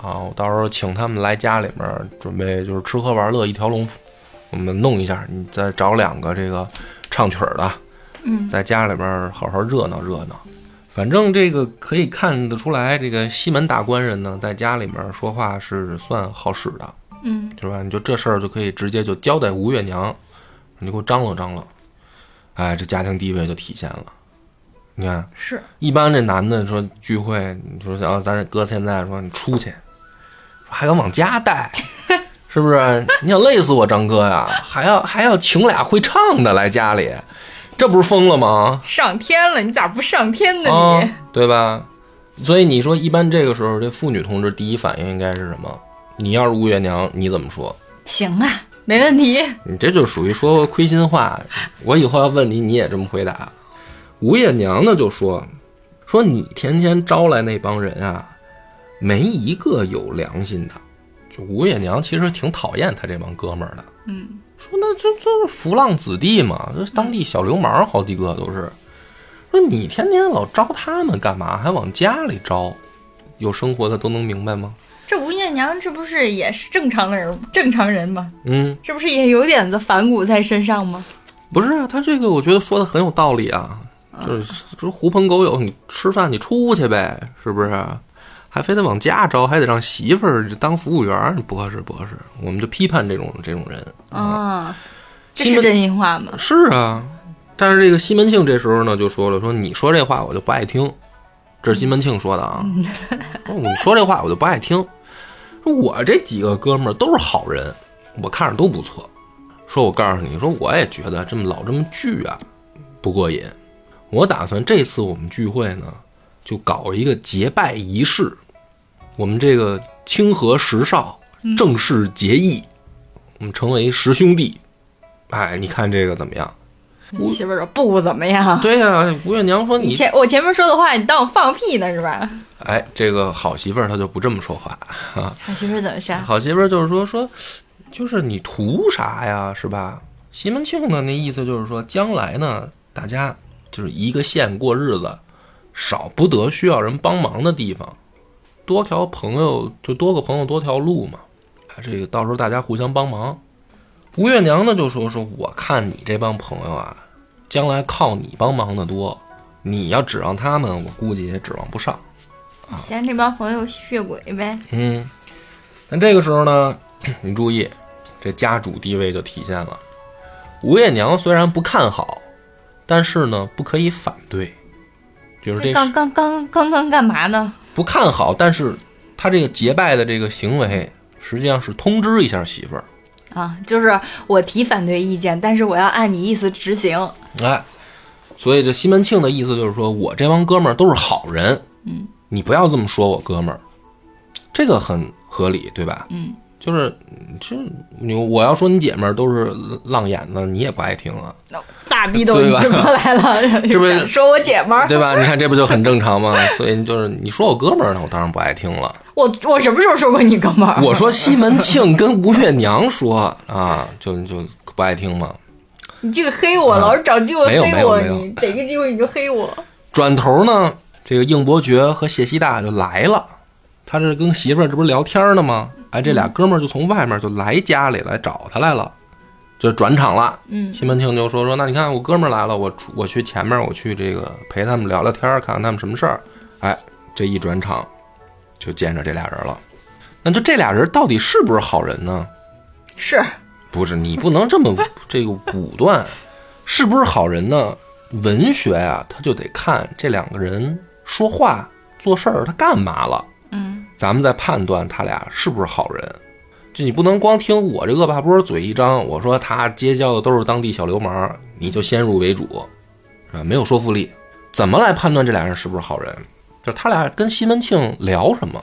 Speaker 2: 啊，我到时候请他们来家里面儿，准备就是吃喝玩乐一条龙，我们弄一下，你再找两个这个唱曲儿的，
Speaker 4: 嗯，
Speaker 2: 在家里面儿好好热闹热闹。反正这个可以看得出来，这个西门大官人呢，在家里面儿说话是算好使的，
Speaker 4: 嗯，
Speaker 2: 是吧？你就这事儿就可以直接就交代吴月娘，你给我张罗张罗，哎，这家庭地位就体现了。你看，
Speaker 3: 是
Speaker 2: 一般这男的说聚会，你说啊，咱哥现在说你出去，还敢往家带，是不是？你想累死我张哥呀？还要还要请俩会唱的来家里，这不是疯了吗？
Speaker 3: 上天了，你咋不上天呢
Speaker 2: 啊
Speaker 3: 你？，
Speaker 2: 对吧？所以你说，一般这个时候，这妇女同志第一反应应该是什么？你要是吴月娘，你怎么说？
Speaker 3: 行啊，没问题。
Speaker 2: 你嗯这就属于说亏心话。我以后要问你，你也这么回答。吴月娘呢就说：“说你天天招来那帮人啊，没一个有良心的。”就吴月娘其实挺讨厌他这帮哥们儿的。嗯，说那这这是浮浪子弟嘛，这当地小流氓好几个都是。说你天天老招他们干嘛？还往家里招？有生活的都能明白吗？
Speaker 3: 这吴艳娘这不是也是正常的人，正常人吗？
Speaker 2: 嗯，
Speaker 3: 这不是也有点子反骨在身上吗？
Speaker 2: 不是啊，他这个我觉得说的很有道理啊，就是就是狐朋狗友，你吃饭你出去呗，是不是？还非得往家招，还得让媳妇儿当服务员儿，不合适不合适。我们就批判这种这种人。
Speaker 3: 啊，这
Speaker 2: 西
Speaker 3: 是
Speaker 2: 门
Speaker 3: 真心话吗？
Speaker 2: 是啊，但是这个西门庆这时候呢就说了，说你说这话我就不爱听，这是西门庆说的啊。 说你说这话我就不爱听，说我这几个哥们儿都是好人，我看着都不错。说我告诉你说，我也觉得这么老这么聚啊不过瘾，我打算这次我们聚会呢就搞一个结拜仪式，我们这个清河十少正式结义，我们成为十兄弟。哎，你看这个怎么样？
Speaker 3: 你媳妇儿说不怎么样。
Speaker 2: 对呀、吴月娘说你
Speaker 3: 前我前面说的话，你当我放屁呢是吧？
Speaker 2: 哎，这个好媳妇儿她就不这么说话。
Speaker 3: 他媳妇儿怎么想？
Speaker 2: 好媳妇儿就是说说，就是你图啥呀，是吧？西门庆呢，那意思就是说，将来呢，大家就是一个县过日子，少不得需要人帮忙的地方，多条朋友就多个朋友多条路嘛。啊，这个到时候大家互相帮忙。吴月娘呢就说说，我看你这帮朋友啊，将来靠你帮忙的多，你要指望他们，我估计也指望不上。
Speaker 3: 嫌这帮朋友血鬼呗？
Speaker 2: 嗯，但这个时候呢，你注意，这家主地位就体现了。吴月娘虽然不看好，但是呢，不可以反对，就是这
Speaker 3: 哎刚
Speaker 2: 是
Speaker 3: 刚刚刚刚干嘛呢？
Speaker 2: 不看好，但是他这个结拜的这个行为，实际上是通知一下媳妇儿。
Speaker 3: 啊，就是我提反对意见，但是我要按你意思执行。
Speaker 2: 哎，所以这西门庆的意思就是说，我这帮哥们儿都是好人，嗯，你不要这么说我哥们儿，这个很合理，对吧？嗯，就是这你我要说你姐们儿都是浪眼子，你也不爱听啊，
Speaker 3: 大逼都
Speaker 2: 对
Speaker 3: 你
Speaker 2: 吧
Speaker 3: 这么来 了，
Speaker 2: 这不是
Speaker 3: 说我姐们儿？
Speaker 2: 对吧？你看这不就很正常吗？ 所以就是你说我哥们儿呢，我当然不爱听了。
Speaker 3: 我我什么时候说过你哥们儿？
Speaker 2: 我说西门庆跟吴月娘说啊，就就不爱听嘛。
Speaker 3: 你这个黑我，
Speaker 2: 啊
Speaker 3: 老是找机会
Speaker 2: 没有没
Speaker 3: 黑
Speaker 2: 有
Speaker 3: 我，
Speaker 2: 没有
Speaker 3: 你逮个机会你就黑我。
Speaker 2: 转头呢，这个应伯爵和谢希大就来了，他这跟媳妇儿这不是聊天呢吗？哎，这俩哥们儿就从外面就来家里来找他来了，就转场了。
Speaker 3: 嗯，
Speaker 2: 西门庆就说说，那你看我哥们儿来了，我出我去前面，我去这个陪他们聊聊天儿，看看他们什么事儿。哎，这一转场就见着这俩人了。那就这俩人到底是不是好人呢？
Speaker 3: 是
Speaker 2: 不是你不能这么这个武断，是不是好人呢？文学啊，他就得看这两个人说话、做事儿，他干嘛了。嗯，咱们再判断他俩是不是好人。就你不能光听我这恶霸波嘴一张，我说他结交的都是当地小流氓，你就先入为主，是吧？没有说服力。怎么来判断这俩人是不是好人？就他俩跟西门庆聊什么？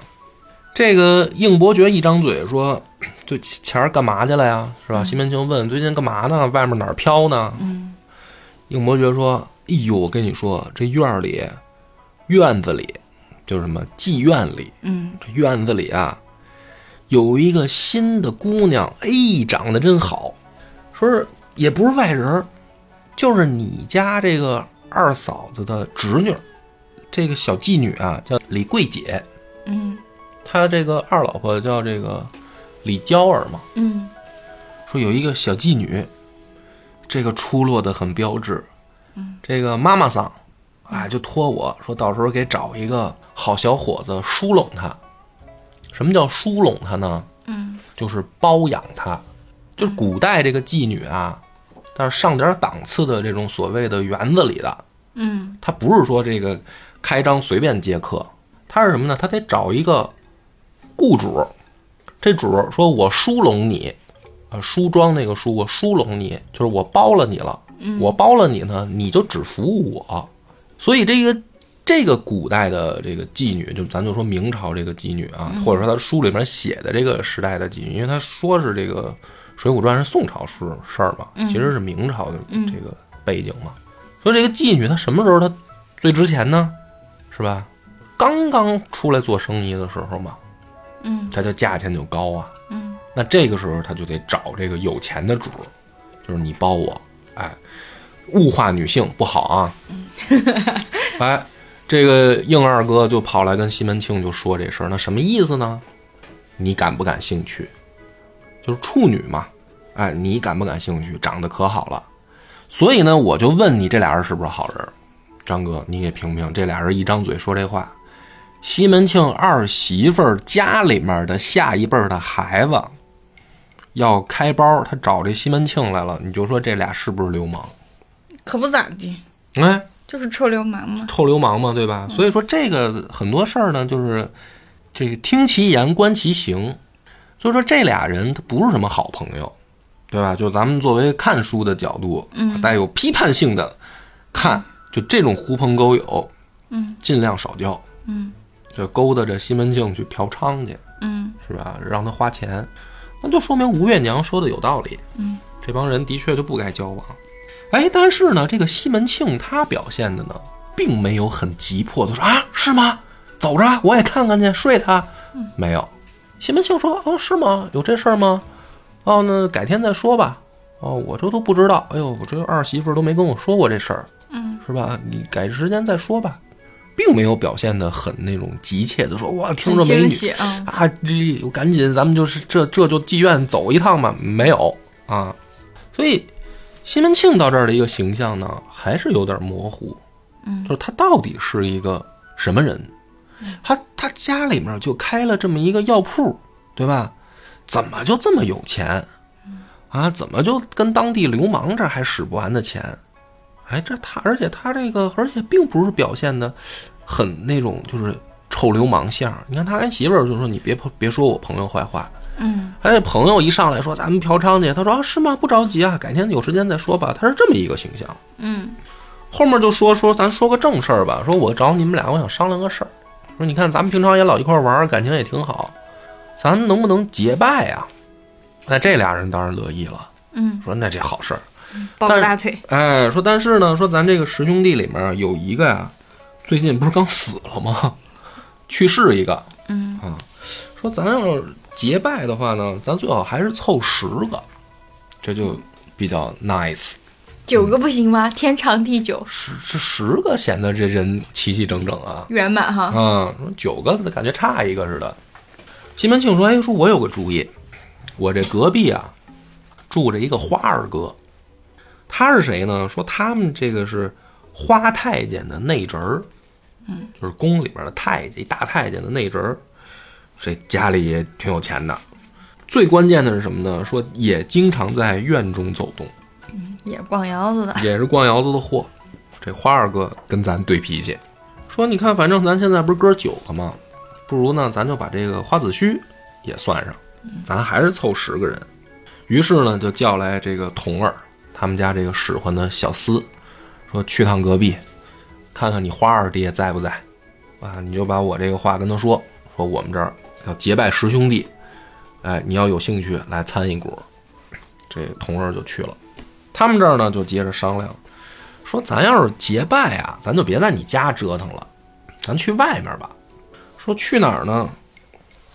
Speaker 2: 这个应伯爵一张嘴说就前儿干嘛去了呀？是吧？西门庆问最近干嘛呢？外面哪儿飘呢？嗯，应伯爵说：“哎呦，我跟你说，这院儿里院子里，就是什么妓院里，
Speaker 4: 嗯，
Speaker 2: 这院子里啊，有一个新的姑娘，哎，长得真好，说是也不是外人儿，就是你家这个二嫂子的侄女，这个小妓女啊叫李桂姐，
Speaker 4: 嗯
Speaker 2: 她这个二老婆叫这个李娇儿嘛，
Speaker 4: 嗯，
Speaker 2: 说有一个小妓女，这个出落的很标致，这个妈妈桑，啊，就托我说到时候给找一个好小伙子疏拢她。什么叫疏拢她呢？
Speaker 4: 嗯，
Speaker 2: 就是包养她，就是古代这个妓女啊，但是上点档次的这种所谓的园子里的，
Speaker 4: 嗯，
Speaker 2: 她不是说这个开张随便接客，她是什么呢？她得找一个雇主，这主儿说我疏拢你，啊，梳妆那个梳，我疏拢你，就是我包了你了，我包了你呢，你就只服务我。所以这个这个古代的这个妓女，就咱就说明朝这个妓女啊，或者说她书里面写的这个时代的妓女，因为她说是这个《水浒传》是宋朝事事儿嘛，其实是明朝的这个背景嘛。所以这个妓女她什么时候她最值钱呢？是吧？刚刚出来做生意的时候嘛，
Speaker 4: 嗯，
Speaker 2: 她就价钱就高啊，
Speaker 4: 嗯，
Speaker 2: 那这个时候她就得找这个有钱的主儿，就是你包我，哎，物化女性不好啊，
Speaker 4: 嗯
Speaker 2: 哎，这个应二哥就跑来跟西门庆就说这事儿，那什么意思呢？你感不感兴趣？就是处女嘛，哎，你感不感兴趣？长得可好了，所以呢，我就问你这俩人是不是好人？张哥，你给评评，这俩人一张嘴说这话，西门庆二媳妇儿家里面的下一辈儿的孩子要开包，他找这西门庆来了，你就说这俩是不是流氓？
Speaker 4: 可不咋地，
Speaker 2: 哎，
Speaker 4: 就是臭流氓嘛。
Speaker 2: 臭流氓嘛，对
Speaker 4: 嗯
Speaker 2: 吧？所以说这个很多事儿呢，就是这个听其言观其行，所以说这俩人他不是什么好朋友，对吧？就咱们作为看书的角度，
Speaker 4: 嗯
Speaker 2: 带有批判性的看，就这种狐朋狗友，
Speaker 4: 嗯，
Speaker 2: 尽量少交，
Speaker 4: 嗯，
Speaker 2: 就勾搭着西门庆去嫖娼去，
Speaker 4: 嗯
Speaker 2: 是吧？让他花钱，那就说明吴月娘说的有道理。
Speaker 4: 嗯，
Speaker 2: 这帮人的确就不该交往。哎，但是呢，这个西门庆他表现的呢，并没有很急迫的说啊，是吗？走着，我也看看去，睡他。没有。西门庆说：“哦，是吗？有这事儿吗？哦，那改天再说吧。哦，我这都不知道。哎呦，我这二媳妇儿都没跟我说过这事儿，
Speaker 4: 嗯，
Speaker 2: 是吧？你改时间再说吧，并没有表现的很那种急切的说，哇，听着美
Speaker 3: 惊
Speaker 2: 女，
Speaker 3: 喜啊！
Speaker 2: 啊，这我赶紧，咱们就是这这就妓院走一趟吧。没有啊，所以西门庆到这儿的一个形象呢，还是有点模糊。
Speaker 4: 嗯
Speaker 2: 就是他到底是一个什么人？他他家里面就开了这么一个药铺，对吧？怎么就这么有钱？啊，怎么就跟当地流氓这还使不完的钱？哎，这他，而且他这个，而且并不是表现的很那种就是臭流氓相儿。你看他跟媳妇儿就说：“你别别说我朋友坏话。”
Speaker 4: 嗯
Speaker 2: 他这朋友一上来说：“咱们嫖娼去。”他说：“啊，是吗？不着急啊，改天有时间再说吧。”他是这么一个形象。
Speaker 4: 嗯
Speaker 2: 后面就说说咱说个正事儿吧，说我找你们俩，我想商量个事儿。说你看咱们平常也老一块儿玩儿，感情也挺好，咱们能不能结拜啊？那这俩人当然乐意了，
Speaker 4: 嗯
Speaker 2: 说那这好事儿。
Speaker 3: 抱个大腿，
Speaker 2: 哎，说但是呢，说咱这个十兄弟里面有一个呀、最近不是刚死了吗？去世一个。
Speaker 4: 嗯
Speaker 2: 啊，说咱要是结拜的话呢，咱最好还是凑十个，这就比较 nice。
Speaker 3: 九个不行吗？天长地久，
Speaker 2: 十这十个显得这人齐齐整整啊。
Speaker 3: 圆满哈。
Speaker 2: 啊，说九个感觉差一个似的。西门庆说：“哎，说我有个主意，我这隔壁啊住着一个花二哥，他是谁呢？说他们这个是花太监的内侄儿，嗯，就是宫里面的太监，一大太监的内侄儿，这家里也挺有钱的。最关键的是什么呢？说也经常在院中走动，
Speaker 3: 也是逛窑子的，
Speaker 2: 也是逛窑子的货。这花二哥跟咱对脾气，说你看，反正咱现在不是哥九个吗？不如呢，咱就把这个花子虚也算上，咱还是凑十个人。于是呢，就叫来这个童儿，他们家这个使唤的小厮，说去趟隔壁，看看你花二爹在不在啊？你就把我这个话跟他说，说我们这儿要结拜十兄弟，哎，你要有兴趣来参一股。这童儿就去了。他们这儿呢就接着商量，说咱要是结拜啊，咱就别在你家折腾了，咱去外面吧。说去哪儿呢？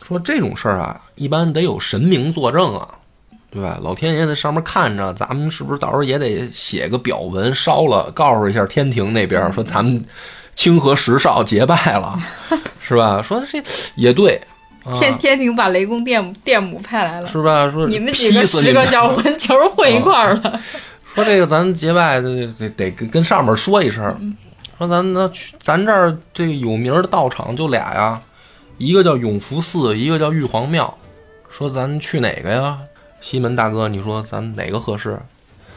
Speaker 2: 说这种事儿啊，一般得有神明作证啊，对吧？老天爷在上面看着，咱们是不是到时候也得写个表文烧了，告诉一下天庭那边，说咱们清河十少结拜了，是吧？说这也对，啊、
Speaker 3: 天天庭把雷公电母电母派来了，
Speaker 2: 是吧？说
Speaker 3: 你们几个
Speaker 2: 劈死
Speaker 3: 十
Speaker 2: 们
Speaker 3: 个小混球儿混一块儿 了，
Speaker 2: 说这个咱结拜得得得跟跟上面说一
Speaker 3: 嗯
Speaker 2: 声，说咱那去咱这儿这个有名儿的道场就俩呀，一个叫永福寺，一个叫玉皇庙。说咱去哪个呀？西门大哥，你说咱哪个合适？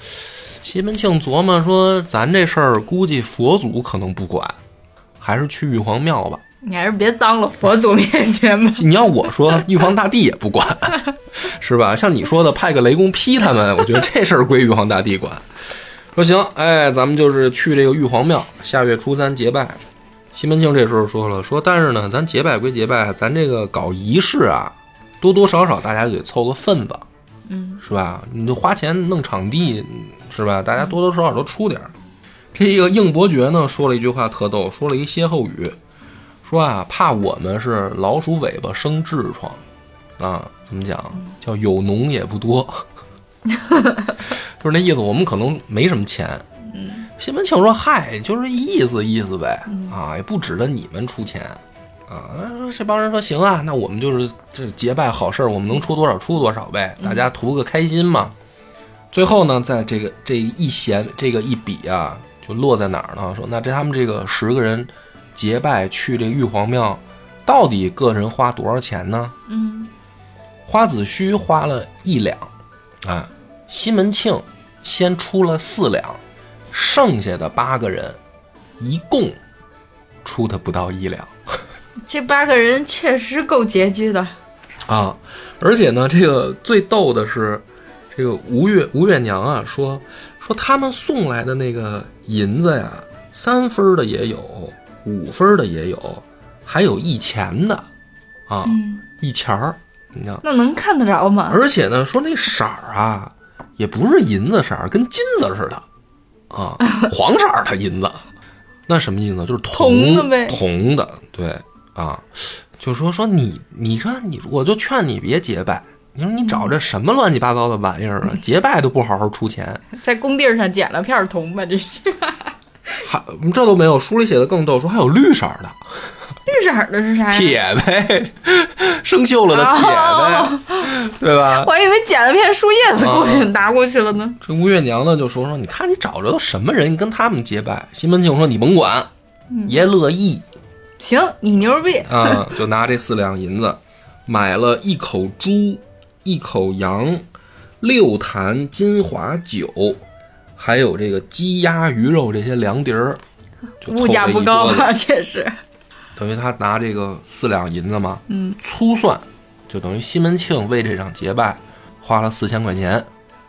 Speaker 2: 西门庆琢磨说，咱这事儿估计佛祖可能不管，还是去玉皇庙吧。
Speaker 3: 你还是别脏了佛祖面前吧。
Speaker 2: 你要我说，玉皇大帝也不管，是吧？像你说的，派个雷公劈他们，我觉得这事儿归玉皇大帝管。说行，哎，咱们就是去这个玉皇庙，下月初三结拜。西门庆这时候说了，说但是呢，咱结拜归结拜，咱这个搞仪式啊，多多少少大家就得凑个份子，
Speaker 3: 嗯，
Speaker 2: 是吧？你就花钱弄场地，是吧？大家多多少少都出点儿。这一个应伯爵呢，说了一句话特逗，说了一歇后语，说啊，怕我们是老鼠尾巴生痔疮，啊，怎么讲？叫有脓也不多， 就是那意思。我们可能没什么钱。西门庆说：“嗨，就是意思意思呗，啊，也不指着你们出钱，啊。”这帮人说：“行啊，那我们就是这结拜好事儿，我们能出多少出多少呗，大家图个开心嘛。”最后呢，在这个这一弦这个一笔啊，就落在哪儿呢？说那这他们这个十个人结拜去这玉皇庙，到底个人花多少钱呢？
Speaker 3: 嗯，
Speaker 2: 花子虚花了一两，啊，西门庆先出了四两，剩下的八个人一共出的不到一两
Speaker 3: 这八个人确实够拮据的。
Speaker 2: 啊。而且呢，这个最逗的是，这个吴月吴月娘啊说说他们送来的那个银子呀，三分儿的也有，五分儿的也有，还有一钱的啊，
Speaker 3: 嗯
Speaker 2: 一钱儿，你看。
Speaker 3: 那能看得着吗？
Speaker 2: 而且呢，说那色儿啊，也不是银子色儿，跟金子似的，啊，黄色儿的银子，那什么意思呢？就是
Speaker 3: 铜
Speaker 2: 铜
Speaker 3: 的呗
Speaker 2: 铜的，对啊，就说说你，你看你，我就劝你别结拜。你说你找这什么乱七八糟的玩意儿啊？结拜都不好好出钱，
Speaker 3: 在工地上捡了片儿铜吧，这是
Speaker 2: 还这都没有。书里写的更逗，说还有绿色儿的，
Speaker 3: 绿色儿的是啥呀？
Speaker 2: 铁呗， 生锈了的铁呗，对吧？
Speaker 3: 我还以为捡了片树叶子过去、
Speaker 2: 啊
Speaker 3: 拿过去了呢。
Speaker 2: 这吴月娘呢就说说，你看你找着都什么人，跟他们结拜。西门庆说你甭管，
Speaker 3: 嗯
Speaker 2: 爷乐意
Speaker 3: 行，你牛逼，
Speaker 2: 啊，就拿这四两银子买了一口猪，一口羊，六坛金华酒，还有这个鸡鸭鱼肉这些凉碟儿，就凑
Speaker 3: 物价
Speaker 2: 了一
Speaker 3: 不高
Speaker 2: 桌子
Speaker 3: 啊， 确实。
Speaker 2: 等于他拿这个四两银子嘛，嗯，粗算就等于西门庆为这场结拜花了四千块钱，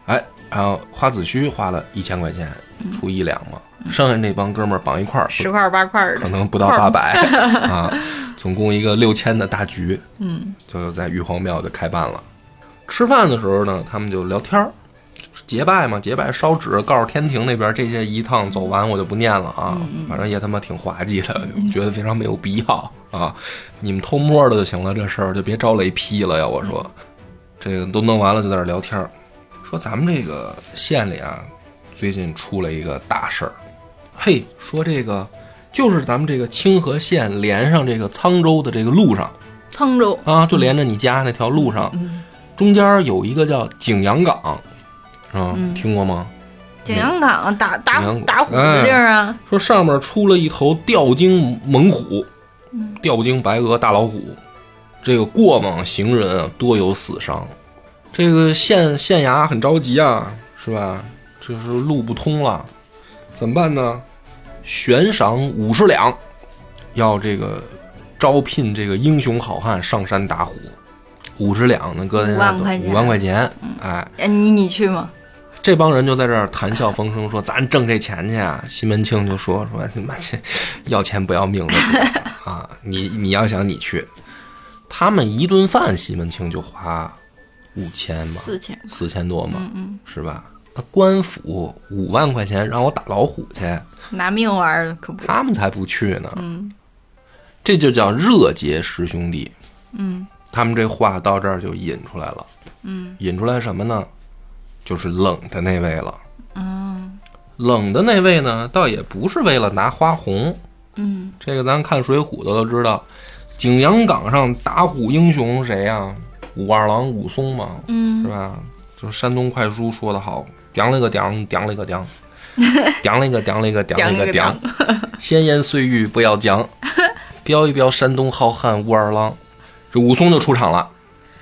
Speaker 2: 哎，然后花子虚花了一千块钱，除一两嘛，剩下那帮哥们儿绑一块儿，
Speaker 3: 十块儿八块儿的，
Speaker 2: 可能不到
Speaker 3: 块儿
Speaker 2: 八百 啊，总共一个六千的大局，嗯，就在玉皇庙就开办了。吃饭的时候呢，他们就聊天儿，就是结拜嘛，结拜烧纸，告诉天庭那边这些一趟走完我就不念了啊，
Speaker 3: 嗯
Speaker 2: 反正也他妈挺滑稽的，觉得非常没有必要啊。你们偷摸的就行了，这事儿就别招雷劈了呀。我说，
Speaker 3: 嗯
Speaker 2: 这个都弄完了就在那儿聊天儿，说咱们这个县里啊，最近出了一个大事儿，嘿，说这个就是咱们这个清河县连上这个沧州的这个路上
Speaker 4: 沧州
Speaker 2: 啊，就连着你家那条路上，中间有一个叫景阳岗，啊，听过吗？
Speaker 4: 景阳岗啊打打
Speaker 2: 嗯景阳
Speaker 4: 虎
Speaker 2: 岗
Speaker 4: 打虎的地儿啊，
Speaker 2: 说上面出了一头吊睛猛虎，
Speaker 4: 嗯
Speaker 2: 吊睛白额大老虎，这个过往行人啊多有死伤，这个县县衙很着急啊，是吧？这是路不通了，怎么办呢？悬赏五十两，要这个招聘这个英雄好汉上山打虎，五十两呢，搁在
Speaker 4: 5
Speaker 2: 那
Speaker 4: 万块钱
Speaker 2: 五万块钱，哎，
Speaker 4: 哎你你去吗？
Speaker 2: 这帮人就在这儿谈笑风生，说咱挣这钱去啊。西门庆就说说你妈这要钱不要命的主儿啊！你你要想你去，他们一顿饭西门庆就花五千嘛，
Speaker 4: 四千，
Speaker 2: 四千多嘛，是吧？那官府五万块钱让我打老虎去，
Speaker 3: 拿命玩儿的，可不。
Speaker 2: 他们才不去呢。这就叫热结十兄弟。
Speaker 4: 嗯
Speaker 2: 他们这话到这儿就引出来了，
Speaker 4: 嗯
Speaker 2: 引出来什么呢？就是冷的那位了。
Speaker 4: 嗯
Speaker 2: 冷的那位呢，倒也不是为了拿花红，
Speaker 4: 嗯
Speaker 2: 这个咱看《水浒》的都知道，景阳冈上打虎英雄谁呀、武二郎武松嘛，是
Speaker 4: 嗯，
Speaker 2: 吧？就是山东快书说的好，屌了个屌，屌了个 屌，屌了个屌了个屌了个屌，闲言碎语不要 讲，标一标山东好汉武二郎。这武松就出场了，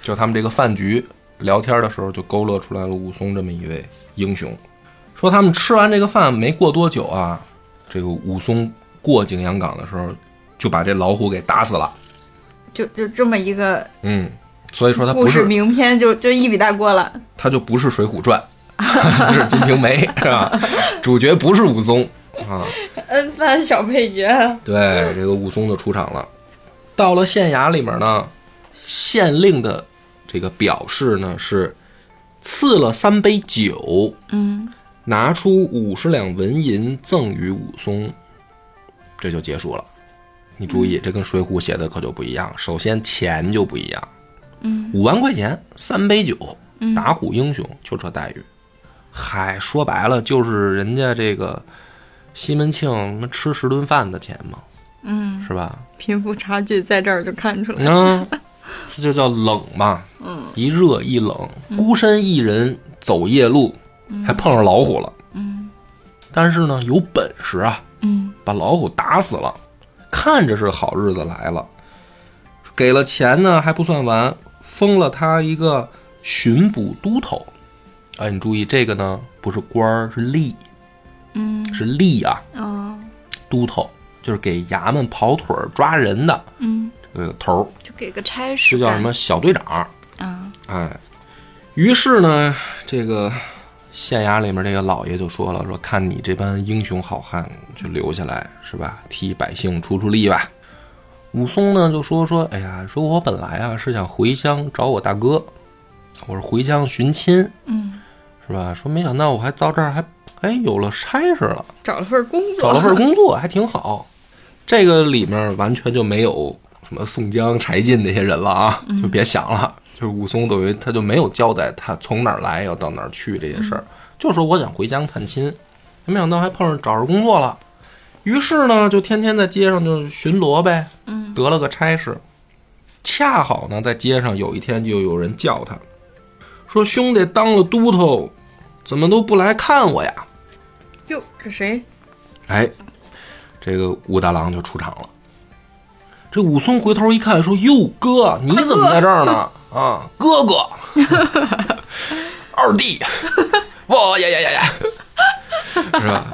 Speaker 2: 就他们这个饭局聊天的时候就勾勒出来了武松这么一位英雄。说他们吃完这个饭没过多久啊，这个武松过景阳冈的时候就把这老虎给打死了。
Speaker 3: 就就这么一个
Speaker 2: 嗯，所以说他
Speaker 3: 故
Speaker 2: 不
Speaker 3: 事
Speaker 2: 是
Speaker 3: 名篇就就一笔带过了。
Speaker 2: 它就不是《水浒传》， 是《金瓶梅》，是吧？主角不是武松啊。
Speaker 3: 恩番小配角，
Speaker 2: 对，这个武松就出场了。到了县衙里面呢，县令的这个表示呢是赐了三杯酒，
Speaker 4: 嗯，
Speaker 2: 拿出五十两文银赠与武松，这就结束了。你注意，这跟《水浒》写的可就不一样。首先钱就不一样，
Speaker 4: 嗯，
Speaker 2: 五万块钱三杯酒，打虎英雄就这待遇。嗨，说白了就是人家这个西门庆他妈吃十顿饭的钱嘛，
Speaker 4: 嗯，
Speaker 2: 是吧？
Speaker 3: 贫富差距在这儿就看出来。
Speaker 2: 嗯，这就叫冷嘛。嗯，一热一冷，孤身一人走夜路，还碰上老虎了。嗯，但是呢，有本事啊，
Speaker 4: 嗯，
Speaker 2: 把老虎打死了，看着是好日子来了。给了钱呢还不算完，封了他一个巡捕都头。哎，你注意这个呢，不是官儿，是吏，
Speaker 4: 嗯，
Speaker 2: 是吏啊，
Speaker 4: 哦，
Speaker 2: 都头就是给衙门跑腿儿抓人的
Speaker 4: 嗯，
Speaker 2: 这个头儿，
Speaker 4: 就给个差事，
Speaker 2: 这叫什么小队长。
Speaker 4: 啊？
Speaker 2: 哎，于是呢，这个县衙里面这个老爷就说了，说看你这帮英雄好汉就留下来是吧，替百姓出出力吧。武松呢就说说，哎呀，说我本来啊是想回乡找我大哥，我是回乡寻亲，
Speaker 4: 嗯
Speaker 2: 是吧？说没想到我还到这儿还哎有了差事了，
Speaker 3: 找了份工作，
Speaker 2: 找了份工作还挺好。这个里面完全就没有什么宋江、柴进那些人了啊，
Speaker 3: 嗯
Speaker 2: 就别想了。就是武松等于他就没有交代他从哪儿来要到哪儿去这些
Speaker 3: 嗯
Speaker 2: 事儿，就说我想回乡探亲，没想到还碰上找着工作了。于是呢，就天天在街上就巡逻呗，
Speaker 4: 嗯
Speaker 2: 得了个差事。恰好呢，在街上有一天就有人叫他，说：“兄弟，当了都头，怎么都不来看我呀？”
Speaker 3: 哟，这谁？
Speaker 2: 哎，这个武大郎就出场了。这武松回头一看，说：“哟，哥，啊你怎么在这儿呢？啊，哥 哥，二弟，哇呀呀呀呀，是吧？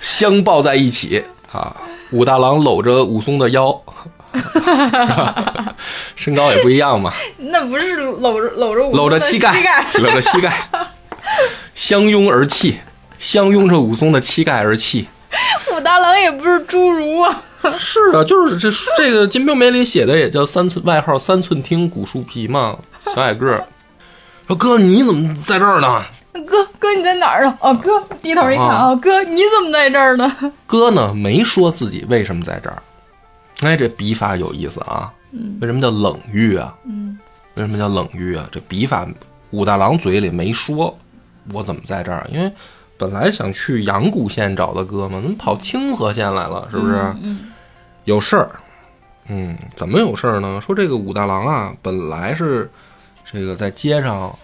Speaker 2: 相抱在一起啊！武大郎搂着武松的腰，是吧？身高也不一样嘛，
Speaker 3: 那不是搂着搂着我
Speaker 2: 搂着
Speaker 3: 的膝
Speaker 2: 盖， 搂着膝盖，相拥而泣，相拥着武松的膝盖而泣。”
Speaker 3: 武大郎也不是侏儒啊。
Speaker 2: 是啊，就是这这个《金瓶梅》里写的也叫三寸，外号三寸听古树皮嘛，小矮个儿。 说哥，你怎么在这儿呢？
Speaker 3: 哥哥你在哪儿呢？哦，哥低头一看
Speaker 2: 啊
Speaker 3: 啊、哦，哥你怎么在这儿呢？
Speaker 2: 哥呢没说自己为什么在这儿。哎，这笔法有意思啊。为什么叫冷遇啊？
Speaker 3: 嗯，
Speaker 2: 为什么叫冷遇啊？这笔法，武大郎嘴里没说，我怎么在这儿？因为本来想去阳谷县找的哥嘛，怎么跑清河县来了？是不是？
Speaker 3: 嗯，
Speaker 2: 有事儿。嗯，怎么有事儿呢？说这个武大郎啊，本来是这个在街上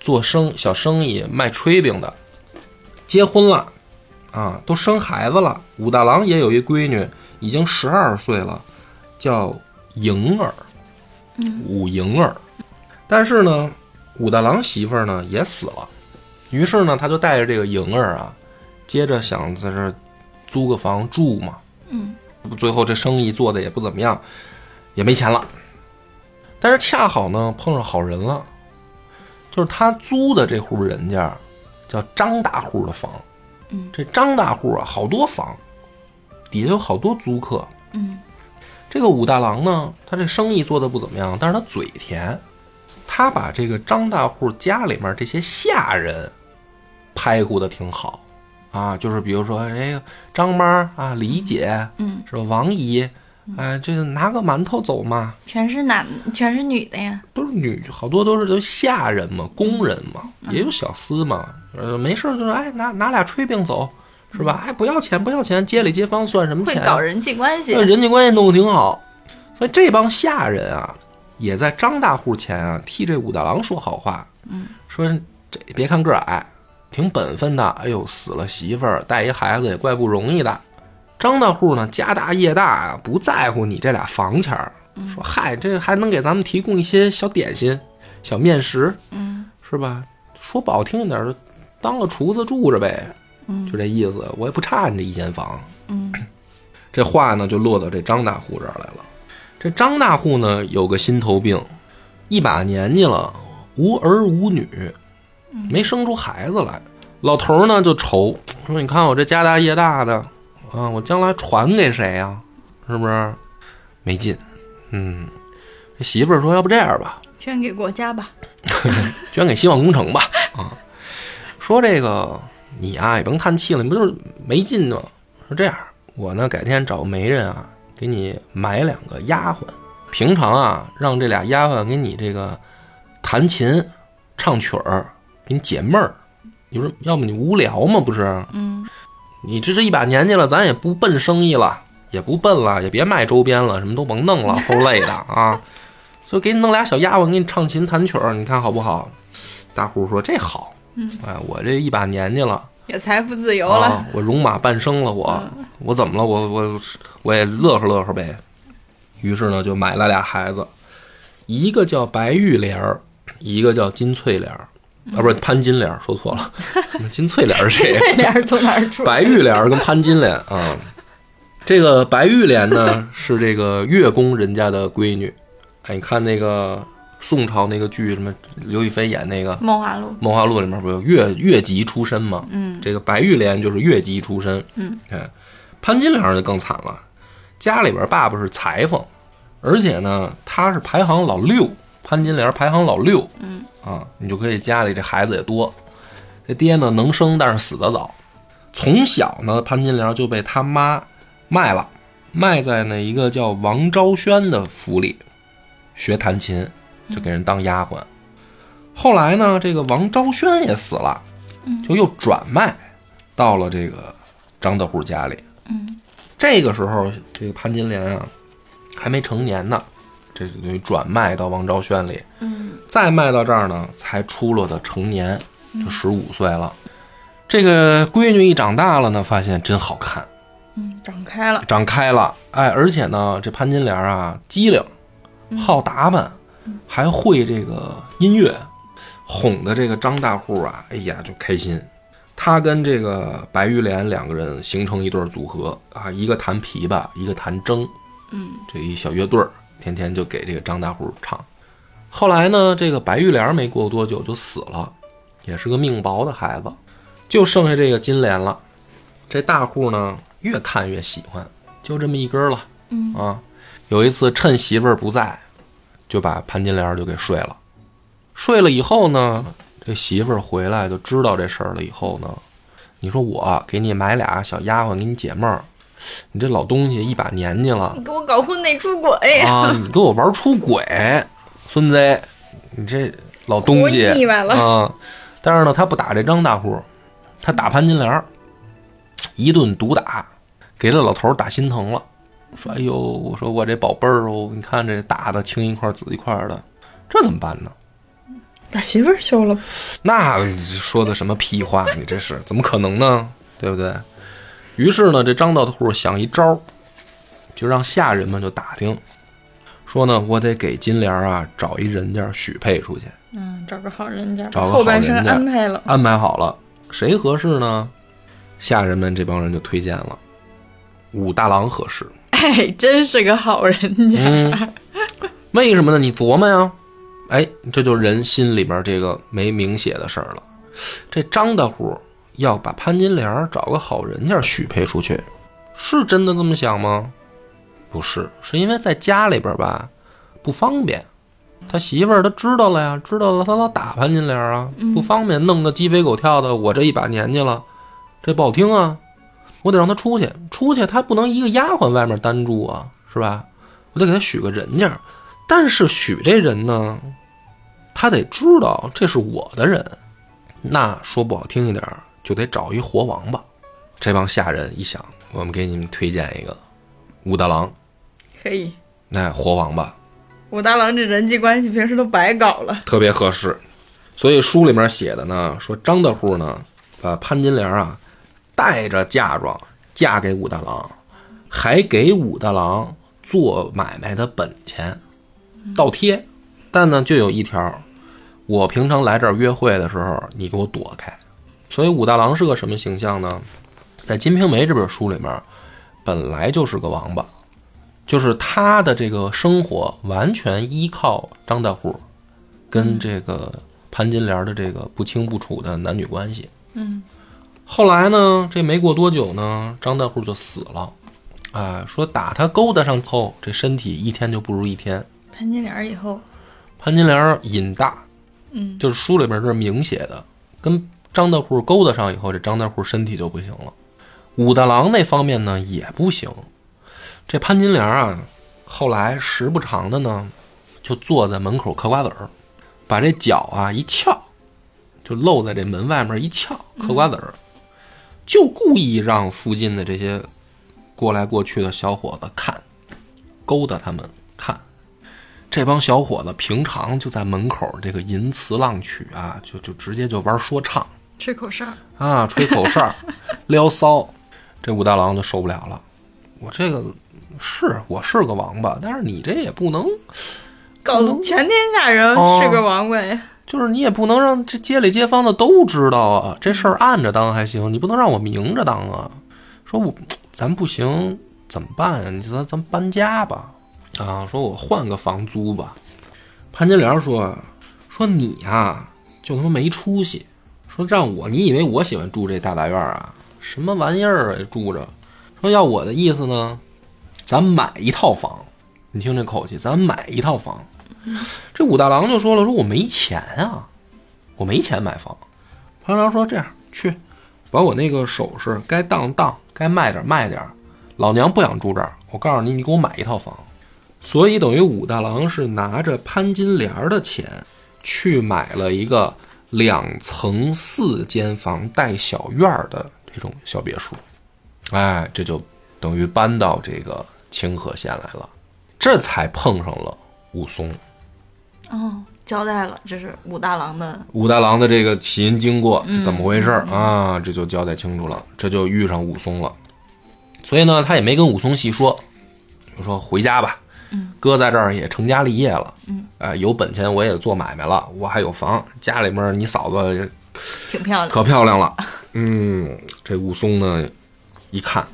Speaker 2: 做生小生意卖炊饼的，结婚了啊，都生孩子了。武大郎也有一闺女，已经十二岁了，叫莹儿，武莹儿。但是呢，武大郎媳妇儿呢也死了，于是呢，他就带着这个莹儿啊，接着想在这儿租个房住嘛。最后这生意做的也不怎么样，也没钱了。但是恰好呢碰上好人了，就是他租的这户人家叫张大户的房，
Speaker 4: 嗯，
Speaker 2: 这张大户啊好多房，底下有好多租客，
Speaker 4: 嗯，
Speaker 2: 这个武大郎呢，他这生意做的不怎么样，但是他嘴甜，他把这个张大户家里面这些下人拍顾的挺好。哎啊，就是比如说这个张妈啊、李姐，
Speaker 4: 嗯，
Speaker 2: 是吧？王姨哎，这拿个馒头走嘛，
Speaker 4: 全是男，全是女的呀。嗯
Speaker 2: 都是女，好多都是都下人嘛，工人嘛，也有小厮嘛，呃，没事儿就是哎拿拿俩炊饼走，是吧？
Speaker 4: 嗯
Speaker 2: 哎，不要钱不要钱，街里街坊算什么
Speaker 3: 会
Speaker 2: 钱？
Speaker 3: 搞人际关系
Speaker 2: 那。人际关系弄得挺好，所以这帮下人啊，也在张大户前啊替这武大郎说好话，嗯，说这别看个儿矮，挺本分的，哎呦死了媳妇儿带一孩子也怪不容易的。张大户呢家大业大啊，不在乎你这俩房钱儿，
Speaker 4: 嗯
Speaker 2: 说嗨，这还能给咱们提供一些小点心、小面食，
Speaker 4: 嗯
Speaker 2: 是吧？说不好听一点儿，当个厨子住着呗，
Speaker 4: 嗯
Speaker 2: 就这意思。我也不差你这一间房，
Speaker 4: 嗯
Speaker 2: 这话呢就落到这张大户这儿来了。这张大户呢有个心头病，一把年纪了，无儿无女，
Speaker 4: 嗯
Speaker 2: 没生出孩子来。老头儿呢就愁，说你看我这家大业大的啊，我将来传给谁呀、是不是？没劲。嗯，这媳妇儿说，要不这样吧，
Speaker 4: 捐给国家吧。
Speaker 2: 捐给希望工程吧。啊，说这个你啊也甭叹气了，你不就是没劲吗？说这样，我呢改天找媒人啊，给你买两个丫鬟，平常啊让这俩丫鬟给你这个弹琴、唱曲儿，给你解闷儿。你说，要么你无聊嘛，不是？
Speaker 4: 嗯
Speaker 2: 你这这一把年纪了，咱也不奔生意了，也不奔了，也别卖周边了，什么都甭 弄了，齁累的啊！就给你弄俩小丫鬟，给你唱琴弹曲儿，你看好不好？大户说这好，
Speaker 3: 嗯，
Speaker 2: 哎，我这一把年纪了，
Speaker 3: 也财富自由
Speaker 2: 啊
Speaker 3: 了，、嗯
Speaker 2: 我戎马半生了我，我、怎么了？我我我也乐呵乐呵呗。于是呢，就买了俩孩子，一个叫白玉莲儿，一个叫金翠莲儿，啊，
Speaker 3: 嗯
Speaker 2: 不是潘金莲儿，说错了，什么金翠莲儿是谁呀？
Speaker 3: 这俩人从哪儿出？
Speaker 2: 白玉莲儿跟潘金莲啊。这个白玉莲呢，是这个月宫人家的闺女。哎，你看那个宋朝那个剧，什么刘亦菲演那个《
Speaker 4: 梦华录。
Speaker 2: 梦华录》里面不有越越级出身吗？
Speaker 4: 嗯
Speaker 2: 这个白玉莲就是越级出身。
Speaker 4: 嗯，
Speaker 2: 哎，潘金莲就更惨了，家里边爸爸是裁缝，而且呢，他是排行老六，潘金莲排行老六。
Speaker 4: 嗯，
Speaker 2: 啊，你就可以家里这孩子也多，这爹呢能生，但是死得早。从小呢，潘金莲就被他妈卖了，卖在呢一个叫王昭轩的府里学弹琴，就给人当丫鬟。后来呢，这个王昭轩也死了，就又转卖到了这个张大户家里。
Speaker 4: 嗯，
Speaker 2: 这个时候，这个潘金莲啊还没成年呢，这就等于转卖到王昭轩里。
Speaker 4: 嗯
Speaker 2: 再卖到这儿呢，才出落的成年，就十五岁了。这个闺女一长大了呢，发现真好看，
Speaker 4: 嗯
Speaker 3: 长开了，
Speaker 2: 长开了，哎，而且呢，这潘金莲啊机灵，好打扮，还会这个音乐，哄得这个张大户啊，哎呀就开心。他跟这个白玉莲两个人形成一对儿组合啊，一个弹琵琶，一个弹筝，
Speaker 4: 嗯
Speaker 2: 这一小乐队儿，天天就给这个张大户唱。后来呢，这个白玉莲儿没过多久就死了，也是个命薄的孩子，就剩下这个金莲了。这大户呢，越看越喜欢，就这么一根儿了。
Speaker 4: 嗯
Speaker 2: 啊，有一次趁媳妇儿不在，就把潘金莲儿就给睡了。睡了以后呢，这媳妇儿回来就知道这事儿了。以后呢，你说我给你买俩小丫鬟给你解闷儿，你这老东西一把年纪了，
Speaker 3: 你给我搞婚内出轨，
Speaker 2: 啊，你给我玩出轨，孙子，你这老东西
Speaker 3: 活腻歪了
Speaker 2: 啊！但是呢，他不打这张大户，他打潘金莲儿，一顿毒打，给这老头儿打心疼了，说：“哎呦，我说我这宝贝儿哦，你看这打的青一块紫一块的，这怎么办呢？”
Speaker 3: 把媳妇儿休了吧。
Speaker 2: 那说的什么屁话？你这是怎么可能呢？对不对？于是呢，这张道户想一招儿，就让下人们就打听，说呢，我得给金莲儿啊找一人家许配出去，
Speaker 3: 嗯，找个好人家，
Speaker 2: 找个好
Speaker 3: 后半生
Speaker 2: 人家
Speaker 3: 安排了。
Speaker 2: 安排好了，谁合适呢？下人们这帮人就推荐了武大郎合适。
Speaker 3: 哎，真是个好人家。
Speaker 2: 嗯，为什么呢？你琢磨呀。哎，这就是人心里边这个没明写的事儿了。这张大户要把潘金莲儿找个好人家许配出去，是真的这么想吗？不是，是因为在家里边吧不方便。他媳妇儿他知道了呀，知道了，他老打潘金莲儿啊，不方便，弄得鸡飞狗跳的。我这一把年纪了，这不好听啊，我得让他出去，出去他不能一个丫鬟外面单住啊。是吧？我得给他许个人家儿，但是许这人呢，他得知道这是我的人，那说不好听一点儿，就得找一活王八。这帮下人一想，我们给你们推荐一个武大郎，
Speaker 3: 可以。
Speaker 2: 那活王八
Speaker 3: 武大郎这人际关系平时都白搞了，
Speaker 2: 特别合适。所以书里面写的呢，说张大户呢，把潘金莲啊带着嫁妆嫁给武大郎，还给武大郎做买卖的本钱倒贴，但呢就有一条，我平常来这儿约会的时候，你给我躲开。所以武大郎是个什么形象呢？在《金瓶梅》这本书里面，本来就是个王八，就是他的这个生活完全依靠张大户跟这个潘金莲的这个不清不楚的男女关系。
Speaker 3: 嗯，
Speaker 2: 后来呢，这没过多久呢，张大户就死了。啊，说打他勾搭上后，这身体一天就不如一天。
Speaker 3: 潘金莲以后，
Speaker 2: 潘金莲瘾大，
Speaker 3: 嗯，
Speaker 2: 就是书里边这是明写的，跟张大户勾搭上以后，这张大户身体就不行了。武大郎那方面呢也不行，这潘金莲啊，后来时不常的呢，就坐在门口嗑瓜子儿，把这脚啊一翘，就露在这门外面一翘嗑瓜子儿，就故意让附近的这些过来过去的小伙子看，勾搭他们看。这帮小伙子平常就在门口这个吟词浪曲啊，就就直接就玩说唱
Speaker 3: 吹口哨，
Speaker 2: 啊，吹口哨、撩骚，这武大郎就受不了了。我这个是我是个王八，但是你这也不能，
Speaker 3: 搞得全天下人
Speaker 2: 哦
Speaker 3: 是个王八呀。
Speaker 2: 就是你也不能让这街里街坊的都知道啊。这事儿暗着当还行，你不能让我明着当啊。说我咱不行怎么办呀、你咱咱搬家吧，啊，说我换个房租吧。潘金莲说说你呀、就他妈没出息，说让我你以为我喜欢住这大杂院啊？什么玩意儿啊住着？说要我的意思呢，咱买一套房。你听这口气，咱买一套房。这武大郎就说了，说我没钱啊，我没钱买房。潘金莲说这样去，把我那个首饰该当当，该卖点卖点，老娘不想住这儿。我告诉你，你给我买一套房。所以等于武大郎是拿着潘金莲儿的钱去买了一个两层四间房带小院儿的这种小别墅，哎，这就等于搬到这个清河县来了，这才碰上了武松。
Speaker 3: 哦，交代了，这是武大郎的
Speaker 2: 武大郎的这个起因经过是怎么回事儿、啊？这就交代清楚了，这就遇上武松了。所以呢，他也没跟武松细说，就说回家吧，哥在这儿也成家立业了，嗯，有本钱我也做买卖了，我还有房，家里面你嫂子
Speaker 3: 挺漂亮，
Speaker 2: 可漂亮了，嗯，这武松呢，一看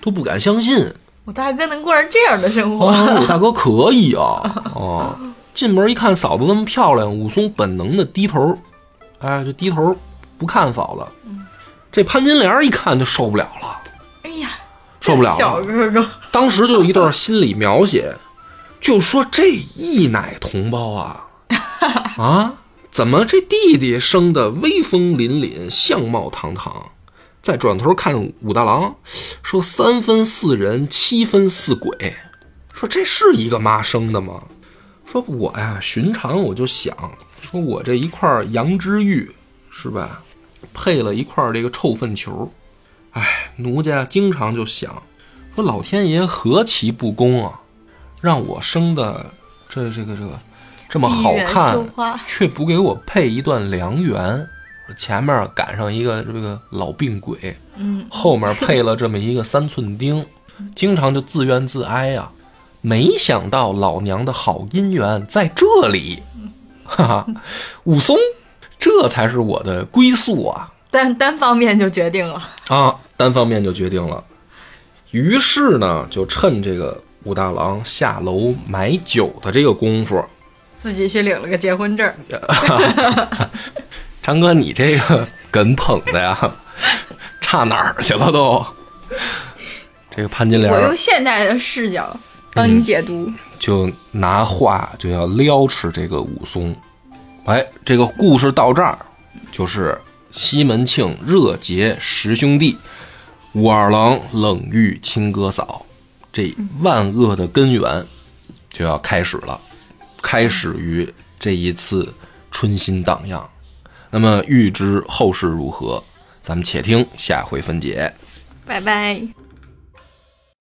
Speaker 2: 都不敢相信，
Speaker 3: 我大哥能过上这样的生活，
Speaker 2: 哦，我大哥可以啊！哦，进门一看嫂子那么漂亮，武松本能的低头，哎，就低头不看嫂子。这潘金莲一看就受不了了，
Speaker 3: 哎呀，
Speaker 2: 受不了
Speaker 3: 小
Speaker 2: 了，
Speaker 3: 哥哥，
Speaker 2: 当时就有一段心理描写，就说这一奶同胞啊啊，怎么这弟弟生的威风凛凛，相貌堂堂？再转头看武大郎，说三分似人，七分似鬼。说这是一个妈生的吗？说我呀，寻常我就想，说我这一块羊脂玉是吧，配了一块这个臭粪球，哎，奴家经常就想，说老天爷何其不公啊，让我生的这这个这个这么好
Speaker 3: 一园
Speaker 2: 看
Speaker 3: 秋花，
Speaker 2: 却不给我配一段良缘。前面赶上一个这个老病鬼，
Speaker 3: 嗯，
Speaker 2: 后面配了这么一个三寸钉，经常就自怨自哀呀、没想到老娘的好姻缘在这里，哈哈，武松，这才是我的归宿啊！
Speaker 3: 单单方面就决定了，
Speaker 2: 啊，单方面就决定了。于是呢，就趁这个武大郎下楼买酒的这个功夫，
Speaker 3: 自己去领了个结婚证儿，
Speaker 2: 张哥，你这个梗捧的呀，差哪儿去了都？这个潘金莲
Speaker 3: 我
Speaker 2: 儿
Speaker 3: 用现代的视角帮
Speaker 2: 嗯
Speaker 3: 你解读，
Speaker 2: 就拿话就要撩吃这个武松。哎，这个故事到这儿，就是西门庆热结十兄弟，武二郎冷遇亲哥嫂，这万恶的根源就要开始了，开始于这一次春心荡漾。那么预知后事如何，咱们且听下回分解。
Speaker 4: 拜拜。